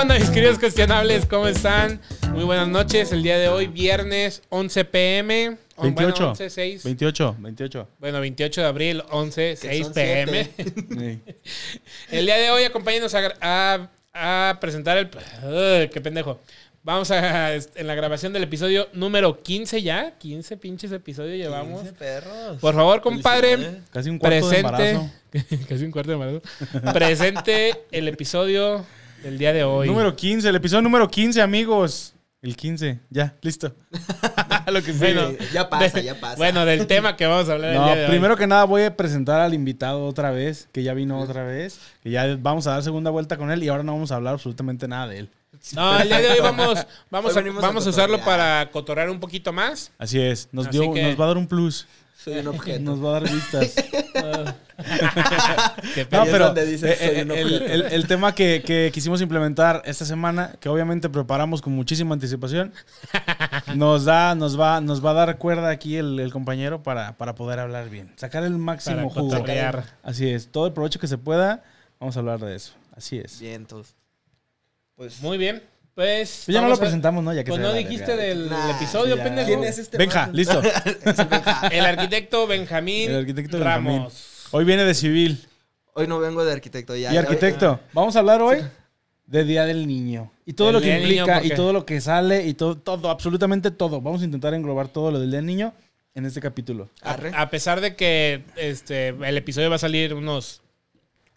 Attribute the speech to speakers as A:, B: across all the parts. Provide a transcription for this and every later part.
A: onda, mis queridos cuestionables? ¿Cómo están? Muy buenas noches. El día de hoy, viernes 11 pm. o-
B: 28.
A: Oh, Bueno, 11, 6.
B: 28, 28.
A: Bueno, 28 de abril, 11, 6 pm.
B: Sí.
A: El día de hoy, acompáñenos a, a- a presentar el. Ugh, ¡Qué pendejo! Vamos a. En la grabación del episodio número 15 ya. 15 pinches episodios llevamos.
C: 15 perros.
A: Por favor, compadre.
C: Felicidades.
B: Casi un cuarto de
A: Presente.
B: embarazo.
A: Casi un cuarto de embarazo. presente el episodio del día de hoy.
B: Número 15, el episodio número 15, amigos. El 15, ya, listo. Lo que sigue.
A: Bueno,
C: Ya pasa, ya pasa.
A: Bueno, del tema que vamos a hablar el día de
B: No,
A: hoy.
B: primero que nada voy a presentar al invitado otra vez, que ya vino otra vez, que ya vamos a dar segunda vuelta con él y ahora no vamos a hablar absolutamente nada de él.
A: No, el día de hoy vamos, vamos,
C: Hoy
A: a,
C: venimos
A: vamos
C: a
A: a usarlo
C: cotorrear.
A: para cotorrear un poquito más.
B: Así es, nos,
A: Así
B: dio,
A: que-
B: nos va a dar un plus,
C: soy un objeto.
B: nos va a dar vistas. Ah.
A: Qué pedo.
B: No,
C: Ahí es
B: pero
C: donde dices,
B: eh,
C: "Soy
B: eh,
C: un
B: el,
C: objeto".
B: el- el tema que, que quisimos implementar esta semana, que obviamente preparamos con muchísima anticipación, nos da, nos va, nos va a dar cuerda aquí el, el compañero para, para poder hablar bien, sacar el máximo
A: Para
B: jugo. ¿eh?
A: cotorrear.
B: Así es, todo el provecho que se pueda, vamos a hablar de eso. Así es.
C: Vientos. Pues.
A: Muy bien. Pues.
B: Ya no
A: vamos
B: lo
A: a-
B: presentamos, ¿no? Ya que
A: Pues
B: se
A: no
B: va la
A: dijiste
B: verga.
A: del
C: Nah,
A: episodio,
B: ya.
A: pendejo.
C: ¿Quién es este?
B: Benja,
C: vato?
B: listo.
C: Es un Benja.
A: El arquitecto Benjamín
B: El arquitecto
A: Ramos.
B: Benjamín. Hoy viene de civil
C: Hoy no vengo de arquitecto ya.
B: y
C: ya-
B: arquitecto. Vamos a hablar hoy de Día del Niño. Y todo
A: El
B: lo que
A: Día del Niño,
B: implica,
A: ¿por
B: y
A: qué?
B: todo lo que sale, y todo, todo, absolutamente todo. Vamos a intentar englobar todo lo del Día del Niño en este capítulo.
C: Arre.
A: A pesar de que este el episodio va a salir unos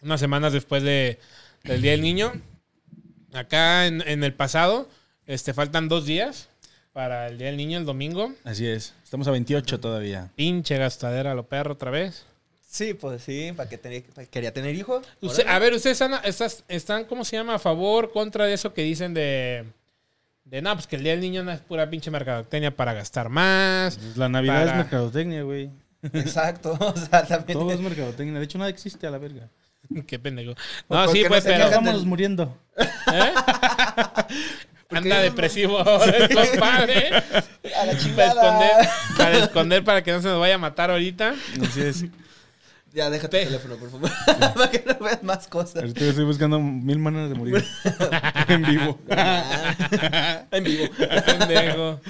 A: unas semanas después de, del Día del Niño, acá en, en el pasado, este faltan dos días para el Día del Niño, el domingo.
B: Así es. Estamos a 28 todavía.
A: Pinche gastadera a lo perro otra vez.
C: Sí, pues sí, para que tenía- pa' que quería tener hijo.
A: Usted-
C: Órale.
A: a ver, ¿ustedes están, estás- están, cómo se llama, a favor, contra de eso que dicen de... De no, pues que el Día del Niño no es pura pinche mercadotecnia para gastar más.
B: Pues la Navidad
A: Para-
B: es mercadotecnia, güey.
C: Exacto. O sea, también.
B: Todo es mercadotecnia. De hecho, nada existe a la verga.
A: Qué pendejo.
C: ¿O
A: No,
C: por
A: sí,
C: qué no
A: pues,
C: se
A: pero...
B: Ya
C: quejan?
B: vámonos muriendo.
A: ¿eh? Anda depresivo ahora el compadre.
C: A
A: Para
C: la
A: esconder,
C: chingada.
A: para esconder para que no se nos vaya a matar ahorita.
B: Así es.
C: Ya, deja tu teléfono, por favor. para que no veas más cosas.
B: Ahorita yo estoy buscando mil maneras de morir. en vivo.
C: en vivo.
A: Pendejo.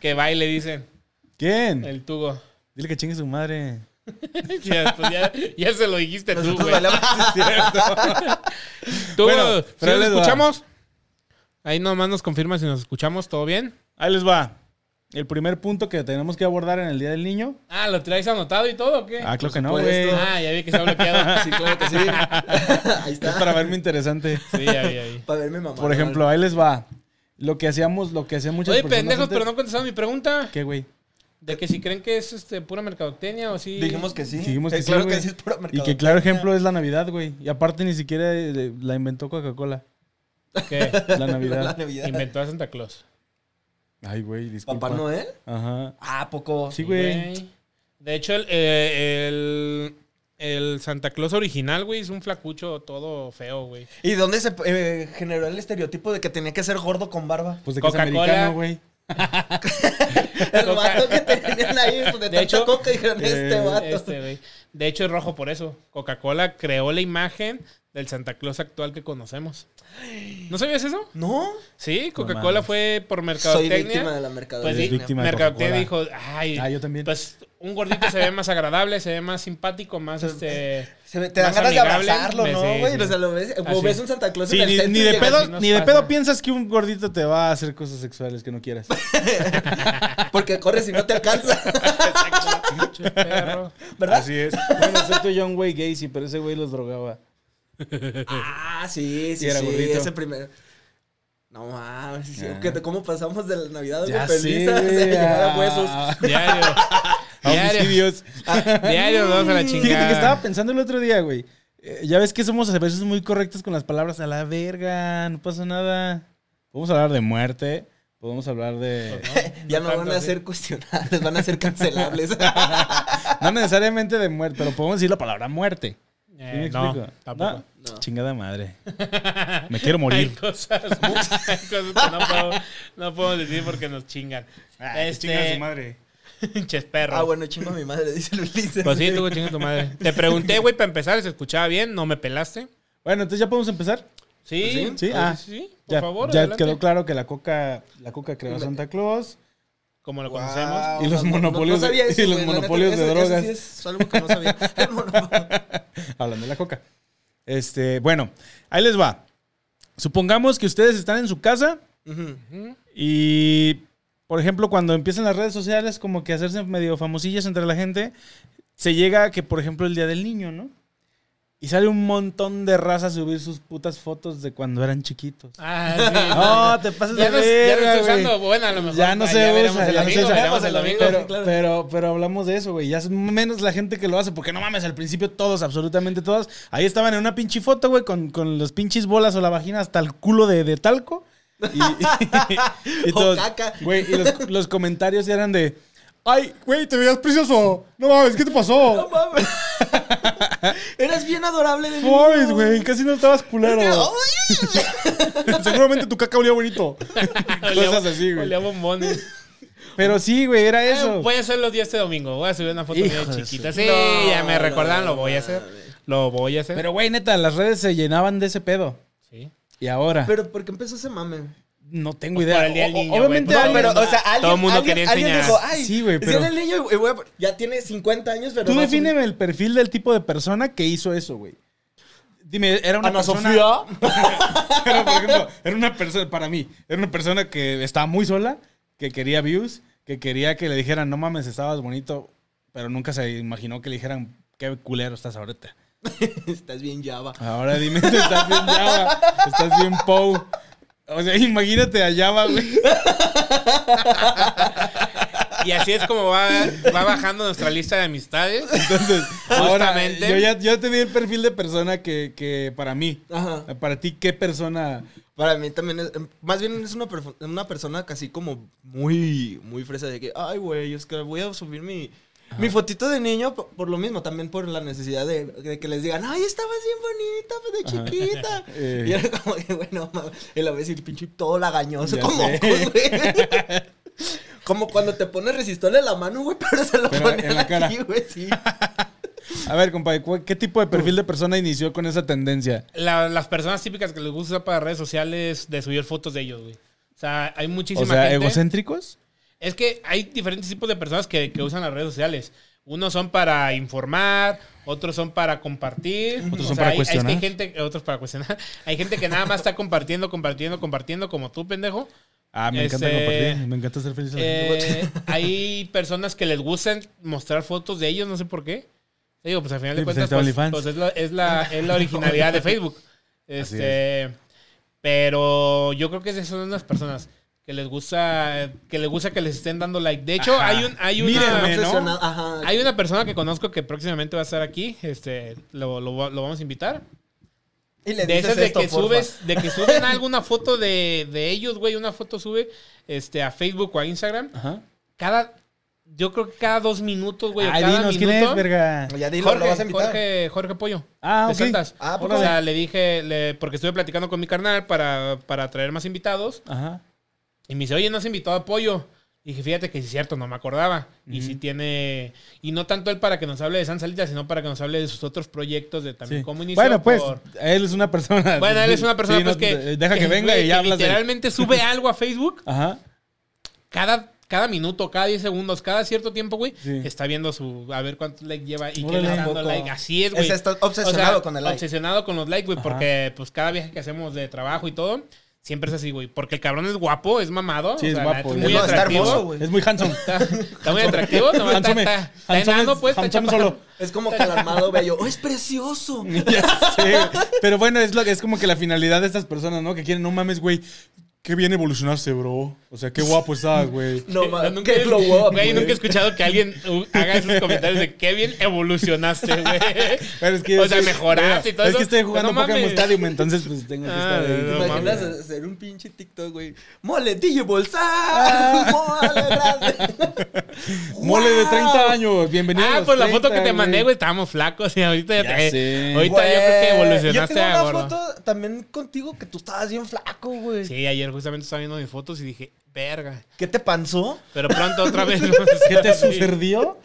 A: Que baile, dicen.
B: ¿Quién?
A: El tugo.
B: Dile que chingue su madre.
A: Ya, pues, ya- ya se lo dijiste tú,
C: Nosotros
A: güey.
C: bailamos.
A: Tú,
B: Bueno,
A: ¿sí
B: pero ahí
A: nos
B: les va.
A: escuchamos? Ahí nomás nos confirma si nos escuchamos, ¿todo bien?
B: Ahí les va. El primer punto que tenemos que abordar en el Día del Niño.
A: Ah, ¿lo traes anotado y todo o qué?
B: Ah, creo que no,
C: supuesto.
B: güey.
A: Ah, ya vi que está bloqueado.
C: Sí, claro que sí. Ahí
B: Es
C: está.
B: para verme interesante.
A: Sí, ya vi, ya vi.
C: Para verme mamá.
B: Por ejemplo, ahí les va. Lo que hacíamos, lo que hacían muchas
A: Oye,
B: personas
A: pendejos,
B: antes-
A: pero no contestaron mi pregunta.
B: ¿Qué, güey?
A: De que si creen que es este, pura mercadotecnia o si...
C: Dijimos que sí.
B: Dijimos
C: Eh,
B: que sí,
C: claro
B: güey.
C: que sí es puro
B: Y
C: mercado.
B: que claro ejemplo es la Navidad, güey. Y aparte ni siquiera eh, la inventó Coca-Cola.
A: que
B: La
C: La
B: Navidad.
C: Navidad.
A: inventó a Santa Claus.
B: Ay, güey, disculpa.
C: ¿Papá Noel?
B: Ajá.
C: Ah, ¿a poco.
B: Sí, güey.
A: Güey. De hecho, el, eh, el, el Santa Claus original, güey, es un flacucho todo feo, güey.
C: ¿Y dónde se eh, generó el estereotipo de que tenía que ser gordo con barba?
B: Pues de que es
A: Coca-Cola.
B: americano, güey.
C: El
A: Coca.
C: vato que tenían ahí, pues,
A: De
C: de, tanta
A: hecho,
C: coca, dijeron, este
B: eh,
C: vato.
A: Este, güey. De hecho, es rojo por eso. Coca-Cola creó la imagen del Santa Claus actual que conocemos. ¿No sabías eso?
C: ¿No?
A: Sí,
B: No
A: Coca-Cola
B: mames.
A: fue por
C: Soy
A: mercadotecnia.
C: víctima de la
A: Pues
B: Eres
A: sí,
C: mercadotecnia.
B: víctima de
A: mercadotecnia dijo,
B: Coca-Cola.
A: ay,
B: Ah, yo también.
A: pues un gordito se ve más agradable, se ve más simpático, más este...
C: Se ve- te dan
A: más
C: ganas
A: amigable.
C: de abrazarlo,
A: Sí,
C: ¿no,
A: sí,
C: güey?
A: sí.
C: O sea, lo ves, o
A: Así.
C: ves un Santa Claus
B: Sí,
C: en Pues
B: ni,
C: el centro
B: ni
C: y
B: de
C: llegas-
A: así
B: pedo,
A: nos
B: ni de
A: pasa.
B: pedo piensas que un gordito te va a hacer cosas sexuales que no quieras.
C: Porque corres y no te alcanza,
A: Pinche perro.
C: ¿verdad?
B: Así es. Bueno, excepto John Wayne Gacy, pero ese güey los drogaba.
C: Ah, sí, sí,
B: Y era
C: sí.
B: gordito.
C: Ese primero. No mames, sí,
B: Ah.
C: que te- ¿cómo pasamos de la Navidad
B: Ya
C: de
B: sé, ah.
C: peliza a
B: güey,
C: llegar
B: a-
C: a huesos?
A: Diario.
B: A
A: Diario. Ah,
B: homicidios.
A: Diario, nos vamos a la chingada.
B: Fíjate que estaba pensando el otro día, güey. Eh, ya ves que somos a veces muy correctos con las palabras a la verga, no pasa nada. Podemos hablar de muerte, podemos hablar de...
C: Ya no, van
A: tanto,
C: a
A: sí.
C: ser cuestionables, van a ser cancelables.
B: No necesariamente de muerte, pero podemos decir la palabra muerte. ¿Sí me
A: Eh, no,
B: explico?
A: tampoco.
B: No,
C: No.
B: Chingada madre. Me quiero
A: Hay
B: morir.
A: cosas, hay cosas que no puedo, no puedo decir porque nos chingan.
B: Ah,
A: este,
B: madre.
A: Pinches perros.
C: Ah, bueno, chingo a mi madre, dice Ulises.
A: Pues sí, tú chingas tu madre. Te pregunté, güey, para empezar, si se escuchaba bien, no me pelaste.
B: Bueno, entonces ya podemos empezar.
A: Sí,
C: ¿Sí?
B: Sí,
A: sí,
B: ah.
A: sí, sí, por
B: Ya,
A: favor,
B: ya
A: adelante.
B: quedó claro que la coca, la coca creó a Santa Claus.
A: Como lo
C: Wow,
A: conocemos.
B: Y los
C: no- no-
B: monopolios
C: no
B: de-
C: sabía
B: y
C: eso,
B: los
C: güey, la neta,
B: monopolios de
C: eso- eso
B: drogas.
C: sí es algo que no sabía. El monopolio.
B: Hablando de la coca. Este, bueno, ahí les va. Supongamos que ustedes están en su casa
C: Ujú.
B: y, por ejemplo, cuando empiezan las redes sociales como que a hacerse medio famosillas entre la gente, se llega a que, por ejemplo, el Día del Niño, ¿no? Y sale un montón de raza a subir sus putas fotos de cuando eran chiquitos.
A: Ah,
B: No, te
A: sí.
B: pasas
A: ya
B: de
A: no ya no
B: verga,
A: está
B: güey.
A: usando. Bueno, a lo mejor.
B: Ya no
A: ah,
B: se
A: veremos
B: usa,
A: el
B: ya no se
A: domingo,
B: usa.
A: veremos el
C: Veremos el
A: domingo.
B: Pero,
C: domingo. claro.
B: pero, pero hablamos de eso, güey. Ya es menos la gente que lo hace, porque no mames, al principio todos, absolutamente todos, ahí estaban en una pinche foto, güey, con, con los pinches bolas o la vagina hasta el culo de, de talco. Y, y
C: O caca.
B: güey, y los, los comentarios eran de, ay, güey, te veías precioso. No mames, ¿qué te pasó?
C: No mames. Eres bien adorable de niño.
B: Ay, güey, casi no estabas culero.
C: Ay.
B: Seguramente tu caca olía bonito.
A: Olía-
B: Cosas así, güey.
A: olía bombones.
B: Pero sí, güey,
C: Ah,
B: era eso.
A: Eh, Voy a hacer los días este domingo. Voy a subir una foto
B: Hijo
A: mía
B: de
A: chiquita.
B: su-
A: Sí,
C: No,
A: ya me
C: no,
A: recordaron,
C: no,
A: lo voy a hacer.
C: no, no.
A: Lo voy a hacer.
B: Pero, güey, neta, las redes se llenaban de ese pedo.
A: sí.
B: Y ahora.
C: Pero ¿por qué empezó ese mame?
B: No tengo
A: Pues
B: idea.
A: por el Día del
B: O- o-
A: Niño, güey,
B: obviamente
A: pues,
C: No,
A: Alguien-
C: pero, o sea,
A: todo
C: alguien,
A: el mundo
C: alguien-
A: quería
C: alguien
A: enseñar.
C: dijo, ay,
B: Sí, güey,
C: si
B: pero-
C: era el niño y voy a- ya tiene 50 años, pero...
B: Tú
C: va a subir-
B: defíneme el perfil del tipo de persona que hizo eso, güey. Dime, era una
C: Ana
B: persona.
C: Sofía.
B: Era, por ejemplo, era una persona, para mí, era una persona que estaba muy sola, que quería views, que quería que le dijeran, no mames, estabas bonito, pero nunca se imaginó que le dijeran, qué culero estás ahorita.
C: Estás bien Java.
B: Ahora dime, estás bien Java, estás bien Pou. O sea, imagínate a Java, güey.
A: Y así es como va, va bajando nuestra lista de amistades.
B: Entonces, ahora,
A: Justamente.
B: yo ya, yo te di el perfil de persona que, que para mí,
C: Ajá.
B: para ti, ¿qué persona?
C: Para mí también es... Más bien es una, perfo- una persona casi como muy, muy fresa de que, ay, güey, es que voy a subir mi... Mi fotito de niño, po- por lo mismo, también por la necesidad de, de que les digan, ay, estabas bien bonita, pues, de chiquita.
B: Eh.
C: Y era como que, bueno, ma- y la ves y el pinche todo lagañoso,
B: Ya
C: como
B: sé.
C: mocos, güey. Como cuando te pones resistol en la mano, güey, pero se lo
B: Pero
C: ponen
B: en la
C: aquí,
B: cara.
C: güey, sí.
B: A ver, compadre, ¿cu- ¿qué tipo de perfil de persona inició con esa tendencia?
A: La- las personas típicas que les gusta usar para redes sociales de subir fotos de ellos, güey. O sea, hay muchísima
B: o sea,
A: gente.
B: egocéntricos.
A: Es que hay diferentes tipos de personas que, que usan las redes sociales. Unos son para informar, otros son para compartir.
B: Otros son para
A: hay- es que hay
B: cuestionar.
A: gente, otros para cuestionar. Hay gente que nada más está compartiendo, compartiendo, compartiendo, como tú, pendejo.
B: Ah, me encanta
A: Ese-
B: compartir, me encanta ser feliz. a la gente.
A: Este, Eh, hay personas que les gustan mostrar fotos de ellos, no sé por qué. Te digo, pues al final de
B: Sí, pues,
A: cuentas,
B: está
A: pues,
B: OnlyFans.
A: pues, es, la, es la- es la originalidad de Facebook. Este, pero yo creo que esas son unas personas que les gusta, que les gusta que les estén dando like. De hecho,
B: Ajá.
A: hay un, hay una,
B: Mírenme, ¿no?
C: Obsesionado, Ajá.
A: hay una persona que conozco que próximamente va a estar aquí. Este, lo, lo- lo vamos a invitar.
C: y le
A: De
C: dices
A: esas de
C: esto,
A: que
C: porfa.
A: subes, de que suben alguna foto de, de ellos, güey, una foto sube, este, a Facebook o a Instagram
B: Ajá.
A: cada. Yo creo que cada dos minutos, güey. o
B: Ay,
A: cada
B: dinos quién es,
A: minuto,
B: verga.
C: Ya dilo,
A: Jorge,
C: lo vas a invitar.
A: Jorge, Jorge Pollo.
B: Ah,
A: de
B: ok.
A: Santas.
C: Ah,
A: o
C: órale.
A: sea, le dije, le- porque estuve platicando con mi carnal para, para traer más invitados.
B: Ajá.
A: Y me dice, oye, no has invitado a Pollo. Y dije, fíjate que sí es cierto, no me acordaba. Y sí tiene. Y no tanto él para que nos hable de San Salita, sino para que nos hable de sus otros proyectos, de también
B: Sí.
A: cómo inició.
B: Bueno, pues,
A: por-
B: él es una persona.
A: Bueno, él es una persona
B: Sí,
A: pues,
B: no, eh,
A: que.
B: Deja que, venga
A: güey,
B: y ya hablas de él.
A: Literalmente sube algo a Facebook
B: Ajá.
A: cada, cada minuto, cada 10 segundos, cada cierto tiempo, güey,
B: Sí.
A: está viendo su. A ver cuántos likes lleva y qué le
B: Órale.
A: está dando
C: Tampoco.
A: like. Así es,
C: Es
A: güey.
C: estar obsesionado con el like.
A: Obsesionado con los likes, güey,
B: Ajá.
A: porque pues cada viaje que hacemos de trabajo y todo. Siempre es así, güey. Porque el cabrón es guapo, es mamado.
B: Sí,
A: o
B: es
A: sea, la
B: guapo.
A: neta
B: güey.
A: muy
C: No, está
A: atractivo.
C: hermoso, güey.
B: Es muy handsome.
A: Está, está muy atractivo. nomás está,
B: Hansome-
A: está, está
B: Hansome-
A: enano, pues. Está
B: Hansome
A: chaparro.
B: solo.
C: Es como que el armado bello. ¡Oh, es precioso!
B: Ya sé, güey. Pero bueno, es, lo, es como que la finalidad de estas personas, ¿no? Que quieren, no mames, güey. Qué bien evolucionarse, bro. O sea, qué guapo estás, güey.
C: No,
A: Yo
C: mames.
A: nunca,
C: ¡Qué
A: he-
C: glow
A: güey,
C: up, güey.
A: nunca he escuchado que alguien uh, haga esos comentarios de qué bien evolucionaste, güey.
B: Pero es que-
A: o sea,
B: es-
A: mejoraste y todo
B: Es
A: eso.
B: que estoy jugando
A: No
B: Pokémon
A: mames.
B: Stadium, entonces pues tengo que
A: Ah,
B: estar ahí.
A: no
C: ¿Te
B: Imagínate.
C: imaginas hacer un pinche TikTok, güey? ¡Mole, DJ
A: Ah.
C: Bolsar! ¡Mole grande!
B: Mole de 30 años, bienvenido. a
A: Ah,
B: los
A: pues la foto que
B: 30,
A: te mandé, güey, estábamos flacos y ahorita ya,
B: Ya
A: te-
B: sé.
A: Ahorita yo creo que evolucionaste
C: Yo tengo
A: a
C: una
A: gordo.
C: foto también contigo que tú estabas bien flaco, güey.
A: Sí, ayer justamente estaba viendo mis fotos y dije, verga.
C: ¿Qué te panzó?
A: Pero pronto otra vez. vamos a estar
B: ¿Qué te
A: así.
B: sucedió?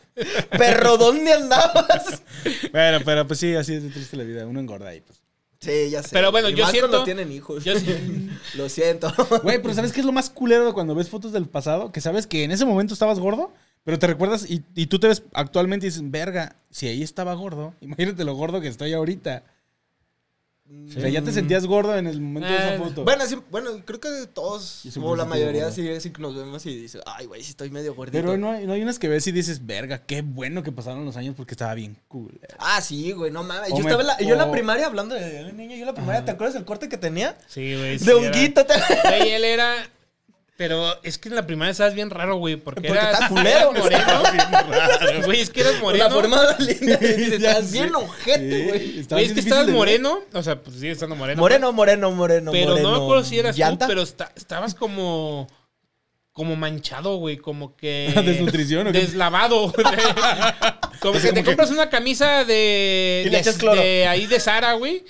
C: Perro, ¿dónde andabas?
B: Bueno, pero pues sí, así es de triste la vida. Uno engorda y pues.
C: Sí, ya sé.
A: Pero bueno,
C: Y
A: yo
C: más
A: siento-
C: cuando tienen hijos.
A: yo sí-
C: Lo siento.
B: Güey, pero ¿sabes qué es lo más culero de cuando ves fotos del pasado? Que sabes que en ese momento estabas gordo, pero te recuerdas y, y tú te ves actualmente y dices, verga, si ahí estaba gordo, imagínate lo gordo que estoy ahorita. O sea,
A: Mm.
B: ya te sentías gordo en el momento de
A: Ah,
B: esa foto.
C: Bueno, sí, bueno, creo que todos,
B: Yo siempre
C: o la
B: he sentido
C: mayoría,
B: gordo.
C: sí, sí que nos vemos y dices, ay, güey, sí estoy medio gordito.
B: pero no hay, no hay unas que ves y dices, verga, qué bueno que pasaron los años porque estaba bien cool.
C: Ah, sí, güey, no mames.
B: O
C: Yo
B: me-
C: estaba en la, yo en la
B: o-
C: primaria hablando de de niño, yo en la primaria, ¿te acuerdas el corte que tenía?
A: Sí, güey. sí
C: de
A: era-
C: honguito, ¿te acuerdas?
A: Güey, él era. Pero es que en la primaria estabas bien raro, güey. Porque,
C: Porque
A: eras,
C: está culero.
A: eras moreno. Güey, es que eras
B: Pues
A: moreno.
C: La forma de la línea, dices,
B: Ya
C: estás
B: sé.
C: bien ojete,
B: Sí,
A: Güey,
B: estaba
C: güey.
A: es
B: bien
A: que
B: difícil
A: estabas
B: de ver.
A: moreno. O sea, pues sigue estando moreno.
C: Moreno, moreno, moreno,
A: Pero
C: moreno.
A: no me acuerdo si eras
C: ¿Llanta?
A: tú, pero esta- estabas como. Como manchado, güey. Como que.
B: ¿Desnutrición o qué?
A: Deslavado. güey. como que te compras una camisa de.
C: Y le
A: de-
C: echas cloro.
A: de ahí de Sara, güey.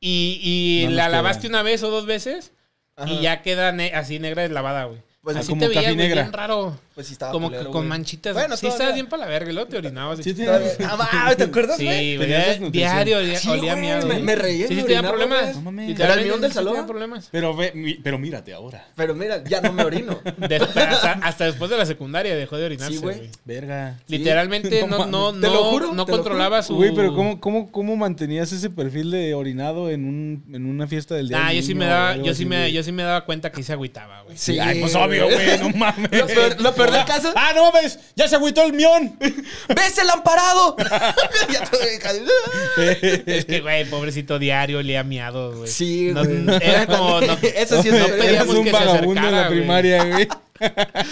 A: Y, y
B: No nos
A: la
B: queda.
A: lavaste una vez o dos veces.
C: Ajá.
A: Y ya queda ne- así negra deslavada, güey.
C: Pues
A: así
B: como
A: te veías,
B: café
A: güey,
B: negra.
A: bien raro.
C: Pues sí estaba
A: Como
C: culero,
A: que con
C: güey.
A: manchitas.
C: Bueno,
A: sí, estabas
C: todavía-
A: bien para la verga, y luego te orinabas.
B: Sí,
A: Sí,
B: te-
C: todavía- Ah, va, ¿te acuerdas,
A: sí,
C: güey?
A: güey.
B: Tenías
A: ya-
B: desnutrición.
A: Diario olía,
C: Sí,
A: olía
C: güey,
A: mierda.
C: me-
A: güey.
C: me reí,
A: Sí, sí,
C: me
A: te
C: orinaba,
A: problemas.
C: güey.
B: No mames.
A: Literalmente,
C: Era el millón del
A: sí te
C: salón.
A: daban problemas.
B: Pero, ve, mi- pero mírate ahora.
C: Pero mira, ya no me orino.
A: Después- hasta, hasta después de la secundaria dejó de orinarse,
C: Sí, güey.
A: güey.
B: Verga.
A: Literalmente
B: No
A: no,
B: mames.
A: no, no,
C: Te lo juro,
A: no
C: te lo
A: controlaba su.
B: Güey, pero ¿cómo, cómo, ¿cómo mantenías ese perfil de orinado en, un, en una fiesta del día?
A: Nah,
B: del
A: Ah, yo sí
B: niño
A: me
B: o
A: daba,
B: algo
A: yo
B: así,
A: sí me,
B: güey?
A: yo sí me daba cuenta que se agüitaba, güey.
C: Sí.
B: Ay, pues obvio, güey, no mames.
C: Lo peor- lo peor del caso-
B: Ah, no mames, ya se agüitó el mión.
C: ¡Ves el amparado! Ya ¡ah! todo-
A: Es que, güey, pobrecito diario, le ha miado, güey.
C: Sí,
A: No-
C: güey.
A: Era como. no-
C: Eso sí es
A: no
C: verdad.
A: pedíamos
B: Eras un
A: que se
B: vagabundo en
A: acercara,
B: la
A: güey.
B: primaria, güey.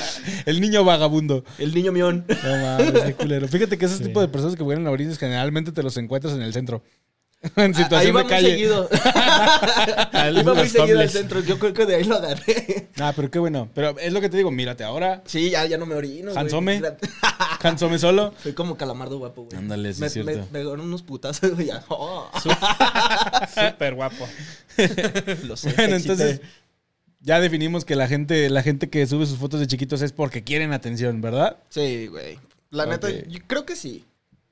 B: el niño vagabundo.
C: El niño mión.
B: No mames, qué culero. Fíjate que ese tipo de personas que vuelan a orines generalmente te los encuentras en el centro. En
A: Ah,
B: situación
C: Ahí va
B: de
C: muy
B: calle.
C: seguido.
A: Al-
C: Iba muy
A: los
C: seguido al
A: homeless.
C: centro. Yo creo que de ahí lo agarré.
B: Ah, pero qué bueno. Pero es lo que te digo, mírate ahora.
C: Sí, ya, ya no me orino. güey.
B: Hansome. Cansóme solo.
C: Soy como calamardo guapo, güey.
B: Ándale, sí
C: me,
B: es cierto.
C: Me, me dieron unos putazos, güey. ya. Oh,
A: Súper guapo.
C: lo sé.
B: Bueno,
C: te
B: entonces
C: excité.
B: ya definimos que la gente, la gente que sube sus fotos de chiquitos es porque quieren atención, ¿verdad?
C: Sí, güey. La neta,
B: Ok.
C: yo creo que sí.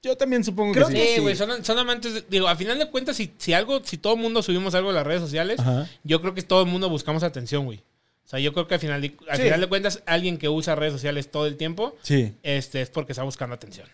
B: Yo también supongo
C: Creo
B: que sí.
C: que-
A: Sí,
C: sí.
A: güey, son, son amantes. de- digo, a final de cuentas, si, si algo, si todo el mundo subimos algo en las redes sociales,
B: Ajá.
A: yo creo que todo el mundo buscamos atención, güey. O sea, yo creo que al final de, al
C: Sí.
A: final de cuentas, alguien que usa redes sociales todo el tiempo,
B: Sí.
A: este, es porque está buscando atención.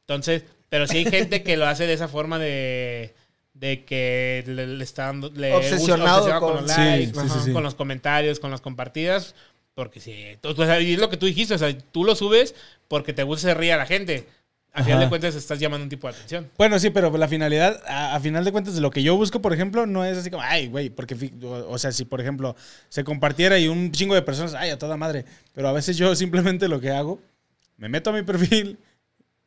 A: Entonces, pero sí hay gente que lo hace de esa forma de, de que le, le está dando. Le gusta-
C: Obsesionado
A: obsesionado con,
C: con-
A: los
B: Sí,
A: likes,
B: sí, sí,
A: ajá,
B: sí.
A: con los comentarios, con las compartidas. Porque sí. O sea, y es lo que tú dijiste, o sea, tú lo subes porque te gusta y se ríe a la gente. Al final
B: Ajá.
A: de cuentas, estás llamando un tipo de atención.
B: Bueno, sí, pero la finalidad, a, a final de cuentas, lo que yo busco, por ejemplo, no es así como, ay, güey, porque, fi- o, o sea, si, por ejemplo, se compartiera y un chingo de personas, ay, a toda madre, pero a veces yo simplemente lo que hago, me meto a mi perfil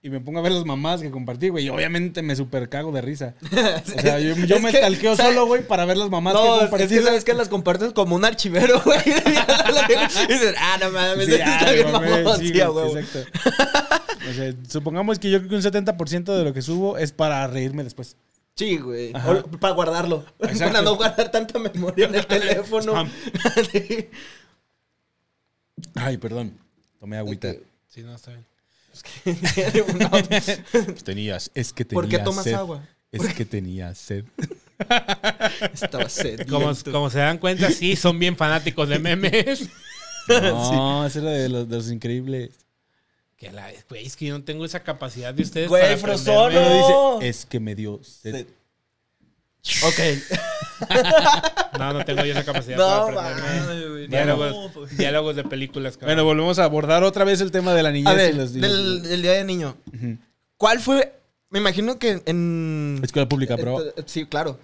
B: y me pongo a ver las mamás que compartí, güey, y obviamente me super cago de risa. O sea, yo, yo
C: Es
B: me
C: que,
B: talqueo
C: ¿sabes?
B: solo, güey, para ver las mamás
C: No,
B: que
C: es
B: compartí.
C: que sabes que las compartes como un archivero, güey. Y dices, ah, no mames,
B: Sí,
C: esto
B: ah,
C: está bien
B: mamá,
C: mamón,
B: sí,
C: sí, a
B: güey,
C: huevo.
B: exacto. O sea, supongamos que yo creo que un 70% de lo que subo es para reírme después.
C: Sí, güey.
B: Ajá.
C: O Para guardarlo.
B: Exacto.
C: Para no guardar tanta memoria en el teléfono.
B: Spam.
C: Sí.
B: Ay, perdón. Tomé agüita.
A: Sí, no, está bien.
C: No,
B: Tenías, Pues es que tenías
C: ¿Por qué tomas agua?
B: Es que tenías sed.
C: Estaba sediento.
A: Como, como se dan cuenta, sí, son bien fanáticos de memes.
B: No, ese era de los, de los increíbles.
A: Que la, güey, es que yo no tengo esa capacidad de ustedes.
C: Güey,
A: para
C: Frozono.
A: aprenderme.
C: No.
B: Pero dice, es que me dio sed.
C: Sed. Ok.
A: No, no tengo yo esa capacidad
C: No,
A: para aprenderme.
C: mames, güey.
A: Diálogos,
C: No, pues.
A: diálogos de películas, cabrón.
B: Bueno, volvemos a abordar otra vez el tema de la niñez
C: A ver,
B: y los- y los-
C: del, del día de niño.
B: Ujú.
C: ¿Cuál fue? Me imagino que en.
B: Escuela pública, bro.
C: Esto- eh, Sí, claro.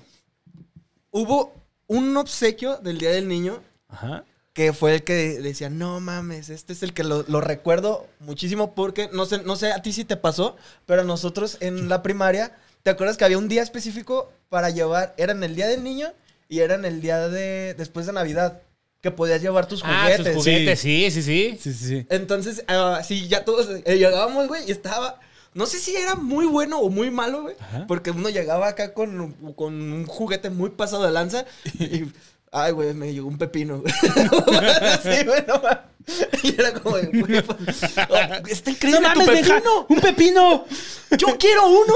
C: Hubo un obsequio del día del niño
B: Ajá.
C: que fue el que decía, no mames, este es el que lo, lo recuerdo muchísimo porque, no sé, no sé a ti si te pasó, pero a nosotros en la primaria, ¿te acuerdas que había un día específico para llevar? Era en el día del niño y era en el día de después de Navidad, que podías llevar tus
A: ah,
C: juguetes.
A: tus juguetes, sí, sí, sí.
B: Sí, sí, sí.
C: Entonces, ah, sí, ya todos eh, llegábamos, güey, y estaba... No sé si era muy bueno o muy malo, güey,
B: Ajá.
C: porque uno llegaba acá con, con un juguete muy pasado de lanza y... Ay, güey, me llegó un pepino. sí, güey, no mames. Y era como, de, güey, pues, oh, está increíble tu pepino.
B: ¡Un pepino!
C: Yo quiero uno.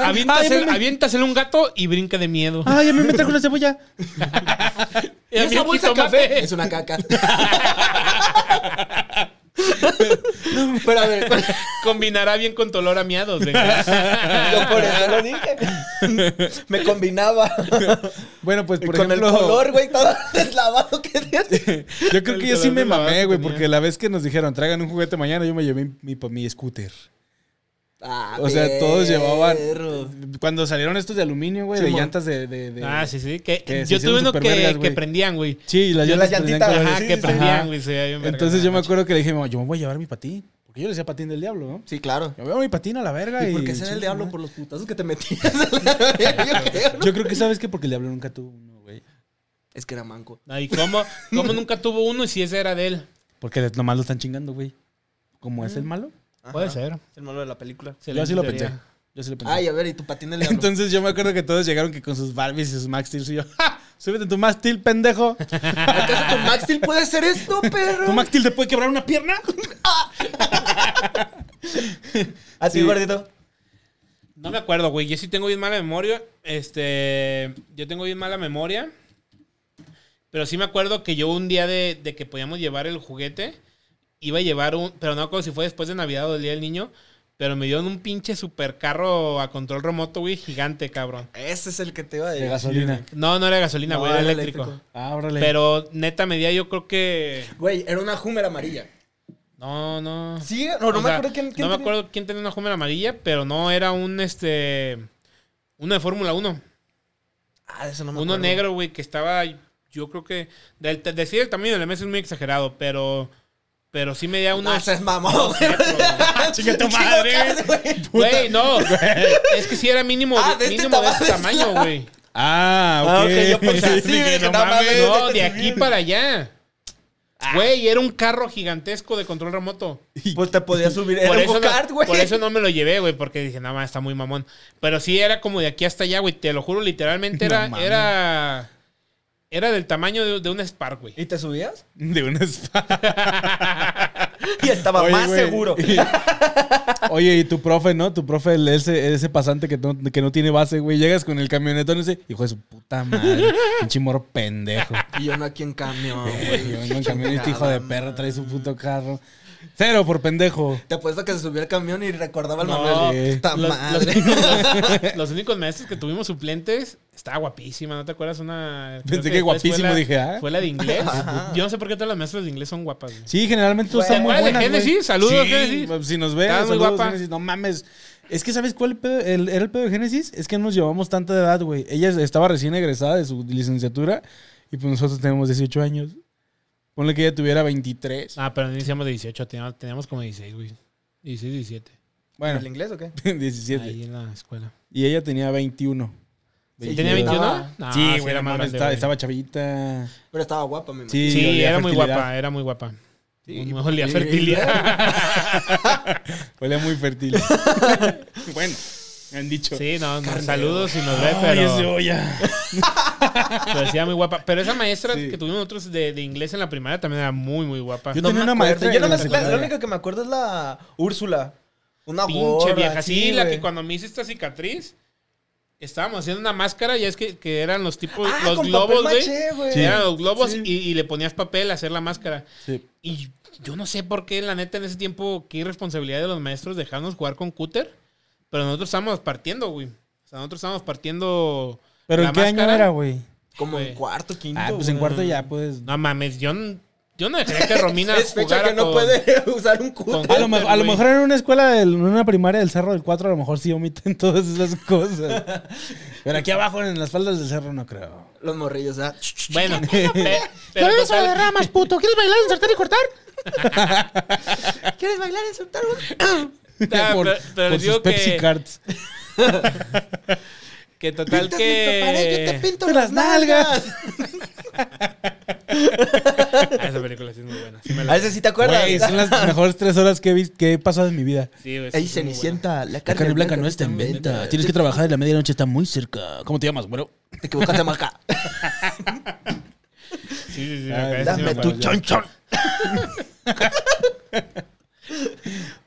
A: Aviéntaselo,
B: Ay, Ah, me-
A: aviéntaselo un gato y brinca de miedo.
B: ¡Ay, ya me metí con la cebolla!
A: Y a mí
C: Esa
A: un
C: bolsa de
A: jitomate.
C: café es una caca. Pero a ver, ¿cuál-
A: Combinará bien con tu olor a miados. de-
C: yo por eso lo dije. Me combinaba.
B: Bueno, pues por
C: Con
B: ejemplo.
C: el color, güey, todo deslavado que tiene.
B: Yo creo
A: El
B: que yo sí
A: color
B: me
A: de la base
B: mamé, güey,
A: tenía.
B: porque la vez que nos dijeron traigan un juguete mañana, yo me llevé mi, mi, mi scooter.
C: Ah,
B: O sea, todos llevaban.
C: perro.
B: Cuando salieron estos de aluminio, güey,
C: Sí,
B: de
C: mo.
B: llantas de. de- de-
A: Ah, sí, sí. Que,
B: Que se
A: yo tuve
B: hicieron
A: uno que,
B: supervergas,
A: que
B: güey. Ah,
A: prendían, güey.
B: Sí, las
C: Yo
B: llantas
C: las
B: tenían
C: llantitas,
B: colores.
A: Ajá,
C: sí,
A: que
C: sí,
A: prendían,
B: Ajá.
A: güey. se veía bien verga,
B: Entonces yo
A: no
B: me
A: manches.
B: acuerdo que le dije, yo me voy a llevar mi patín. Porque yo le decía patín del diablo, ¿no?
C: Sí, claro.
B: Yo me voy a mi patín a la verga.
C: ¿Y
B: ¿Y,
C: por qué ser el
B: chinga
C: diablo?
B: madre.
C: Por los putazos que te metías. Yo creo, ¿no?
B: Yo creo que sabes que porque el diablo nunca tuvo uno, güey.
C: Es que era manco.
A: Ay, ¿cómo, ¿Cómo nunca tuvo uno y si ese era de él?
B: Porque le- nomás lo están chingando, güey.
C: Mm.
B: Como es el malo.
A: Puede ser.
C: Es el malo de la película.
B: Yo así lo
A: Excelente
B: pensé.
A: teoría.
B: Yo así lo pensé.
C: Ay, a ver, ¿y tu patín del diablo?
B: Entonces yo me acuerdo que todos llegaron que con sus Barbies y sus Max Steel. Y yo, ¡ja! Súbete tu Max Steel, pendejo.
C: ¿Acaso tu Max Steel puede hacer esto,
B: ¿Tu
C: perro?
B: Max Steel te puede quebrar una pierna?
C: A ti,
B: Sí.
C: Ah, gordito.
A: No me acuerdo, güey. Yo sí tengo bien mala memoria. Este. Yo tengo bien mala memoria. Pero sí me acuerdo que yo un día de, de que podíamos llevar el juguete, iba a llevar un. Pero no me acuerdo si fue después de Navidad o el día del niño. Pero me dieron un pinche supercarro a control remoto, güey, gigante, cabrón.
C: Ese es el que te iba a
B: De
C: decir.
B: gasolina.
A: No, no era gasolina,
C: No,
A: güey, era
C: era
A: eléctrico.
C: eléctrico.
B: Ah, órale.
A: Pero neta medía, yo creo que.
C: Güey, era una Hummer amarilla.
A: No, no.
C: Sí, no, no
A: O
C: me
A: sea,
C: acuerdo quién,
A: no
C: quién
A: me
C: tenía.
A: acuerdo quién tenía una Hummer amarilla, pero no era un este. Uno de Fórmula 1.
C: Ah, de eso no me
A: Uno
C: acuerdo.
A: negro, güey, que estaba. Yo creo que. Del, de- decir el tamaño de la mesa es muy exagerado, pero. Pero sí medía uno.
C: No
B: Ah,
C: seas mamón. Chica
B: pues. tu madre.
A: Güey, no. Es que sí era mínimo,
C: Ah,
A: de,
C: de este
A: mínimo de este
C: tamaño,
A: tamaño, güey.
B: Ah,
C: Ah,
B: ok.
C: ok, yo pensé así,
B: Dije,
C: dije,
B: "No
C: no mames,
B: mames".
A: No, de aquí para allá.
C: Ah.
A: Güey, era un carro gigantesco de control remoto.
C: Pues te podías subir. Era
A: Por
C: un
A: eso,
C: go-kart,
A: no,
C: güey.
A: por eso no me lo llevé, güey, porque dije, nada más está muy mamón. Pero sí era como de aquí hasta allá, güey. Te lo juro, literalmente
B: No
A: era.
B: mames.
A: era. Era del tamaño de, de un Spark, güey.
C: ¿Y te subías?
B: De un spa.
C: Y estaba
B: Oye,
C: Pues, más
B: güey.
C: seguro.
B: Oye, y tu profe, ¿no? Tu profe, el- ese, ese pasante que no, que no tiene base, güey. Llegas con el camionetón ese, hijo de su puta madre. Un chimorro pendejo.
C: Y yo no aquí en camión,
B: Güey,
C: güey.
B: yo vengo en camión y este hijo de perro trae su puto carro. Cero por pendejo.
C: Te apuesto que se subió al camión y recordaba al
A: No,
C: Manuel. Puta
A: Los, los
C: madre.
A: únicos- los únicos maestros que tuvimos suplentes estaba guapísima, ¿no te acuerdas? Una. creo
B: Pensé que
A: después
B: guapísimo,
A: fue la-
B: dije, ah.
A: Fue la de inglés. Yo no sé por qué todas las maestras de inglés son guapas, güey.
B: Sí, generalmente todos
C: Güey,
B: están muy
A: ¿cuál de
B: buenas, güey.
A: Génesis? Saludos,
B: Sí, pues,
A: Génesis.
B: Si nos ven,
A: Estaba muy
B: saludos,
A: guapa.
B: Génesis. No mames. Es que, ¿sabes cuál pedo- el- era el pedo de Génesis? Es que no nos llevamos tanta edad, güey. Ella estaba recién egresada de su licenciatura y pues nosotros tenemos 18 años. Ponle que ella tuviera 23.
A: Ah, pero no iniciamos de 18, teníamos, teníamos como 16, güey. 16, 17.
B: Bueno,
C: ¿El inglés o qué?
B: 17.
A: Ahí en la escuela.
B: Y ella tenía 21.
C: Sí,
A: ¿Tenía 21?
C: Ah,
A: No,
B: sí, güey,
A: era
B: no
A: más
B: mames,
A: grande,
B: estaba,
A: güey.
B: estaba chavita.
C: Pero estaba guapa, mi
B: Sí,
A: Sí,
B: olía
A: era muy
B: fertilidad.
A: guapa, era muy guapa.
C: Sí,
A: Me olía
C: sí,
A: fertilidad.
B: Olía muy fértil. bueno, me han dicho.
A: Sí, no, no,
C: Carnero.
A: saludos y nos ve,
B: Ay,
A: pero,
B: es de olla.
A: pero sí era muy guapa. Pero esa maestra
B: Sí.
A: que tuvimos nosotros de, de inglés en la primaria también era muy, muy guapa.
B: Yo
C: No
B: tenía
C: me
B: una
C: acuerdo.
B: maestra
C: Yo
B: en la
C: no me acuerdo.
B: secundaria.
C: Lo único que me acuerdo es la Úrsula. Una
A: Pinche
C: gorda,
A: vieja. Sí, la
C: güey.
A: que cuando me hice esta cicatriz, estábamos haciendo una máscara y es que, que eran los tipos,
C: Ah,
A: los
C: con
A: globos, güey.
C: papel maché, güey.
B: Sí.
A: Eran los globos
C: Sí.
A: y, y le ponías papel a hacer la máscara.
B: Sí.
A: Y yo no sé por qué, la neta, en ese tiempo, qué irresponsabilidad de los maestros dejarnos jugar con cúter. Pero nosotros estábamos partiendo, güey. O sea, nosotros estábamos partiendo.
B: ¿Pero
A: la
B: en qué año
A: máscara.
B: era, güey?
C: Como en
A: Güey.
C: cuarto, quinto.
B: Ah, pues en
C: güey.
B: cuarto ya, pues.
A: No mames, yo, n- yo no dejaría que Romina
C: Es fecha
A: jugara
C: que no
A: con-
C: puede usar un culo.
A: con-
B: A lo, me- a lo mejor en una escuela, del- en una primaria del Cerro del 4, a lo mejor sí omiten todas esas cosas. Pero aquí abajo, en las faldas del cerro, no creo.
C: Los morrillos, ah.
A: Bueno, pe- pero total-
B: ramas, puto? ¿Quieres bailar, insertar y cortar?
C: ¿Quieres bailar en soltar
A: Ah,
B: por
A: pero- pero
B: por
A: digo
B: sus Pepsi
A: que-
B: Cards.
A: que total
C: yo te
A: que...
C: pinto
B: Las
C: las nalgas.
A: Ah, esa película sí es muy buena. Sí, me la-
C: A veces Ah, sí te acuerdas.
B: Güey, son las mejores tres horas que he, vis- que he pasado en mi vida.
A: sí, güey, sí,
C: Ahí
A: es muy buena.
C: Cenicienta, la
B: La
C: carne,
B: carne blanca no está en venta. Tienes que trabajar y la medianoche está muy cerca. ¿Cómo te llamas, güero?
C: Te equivocaste, marca.
A: Sí, sí, sí. acá,
B: Ah,
A: ese sí me
B: dame
C: Dame
A: acuerdo.
C: tu chonchón.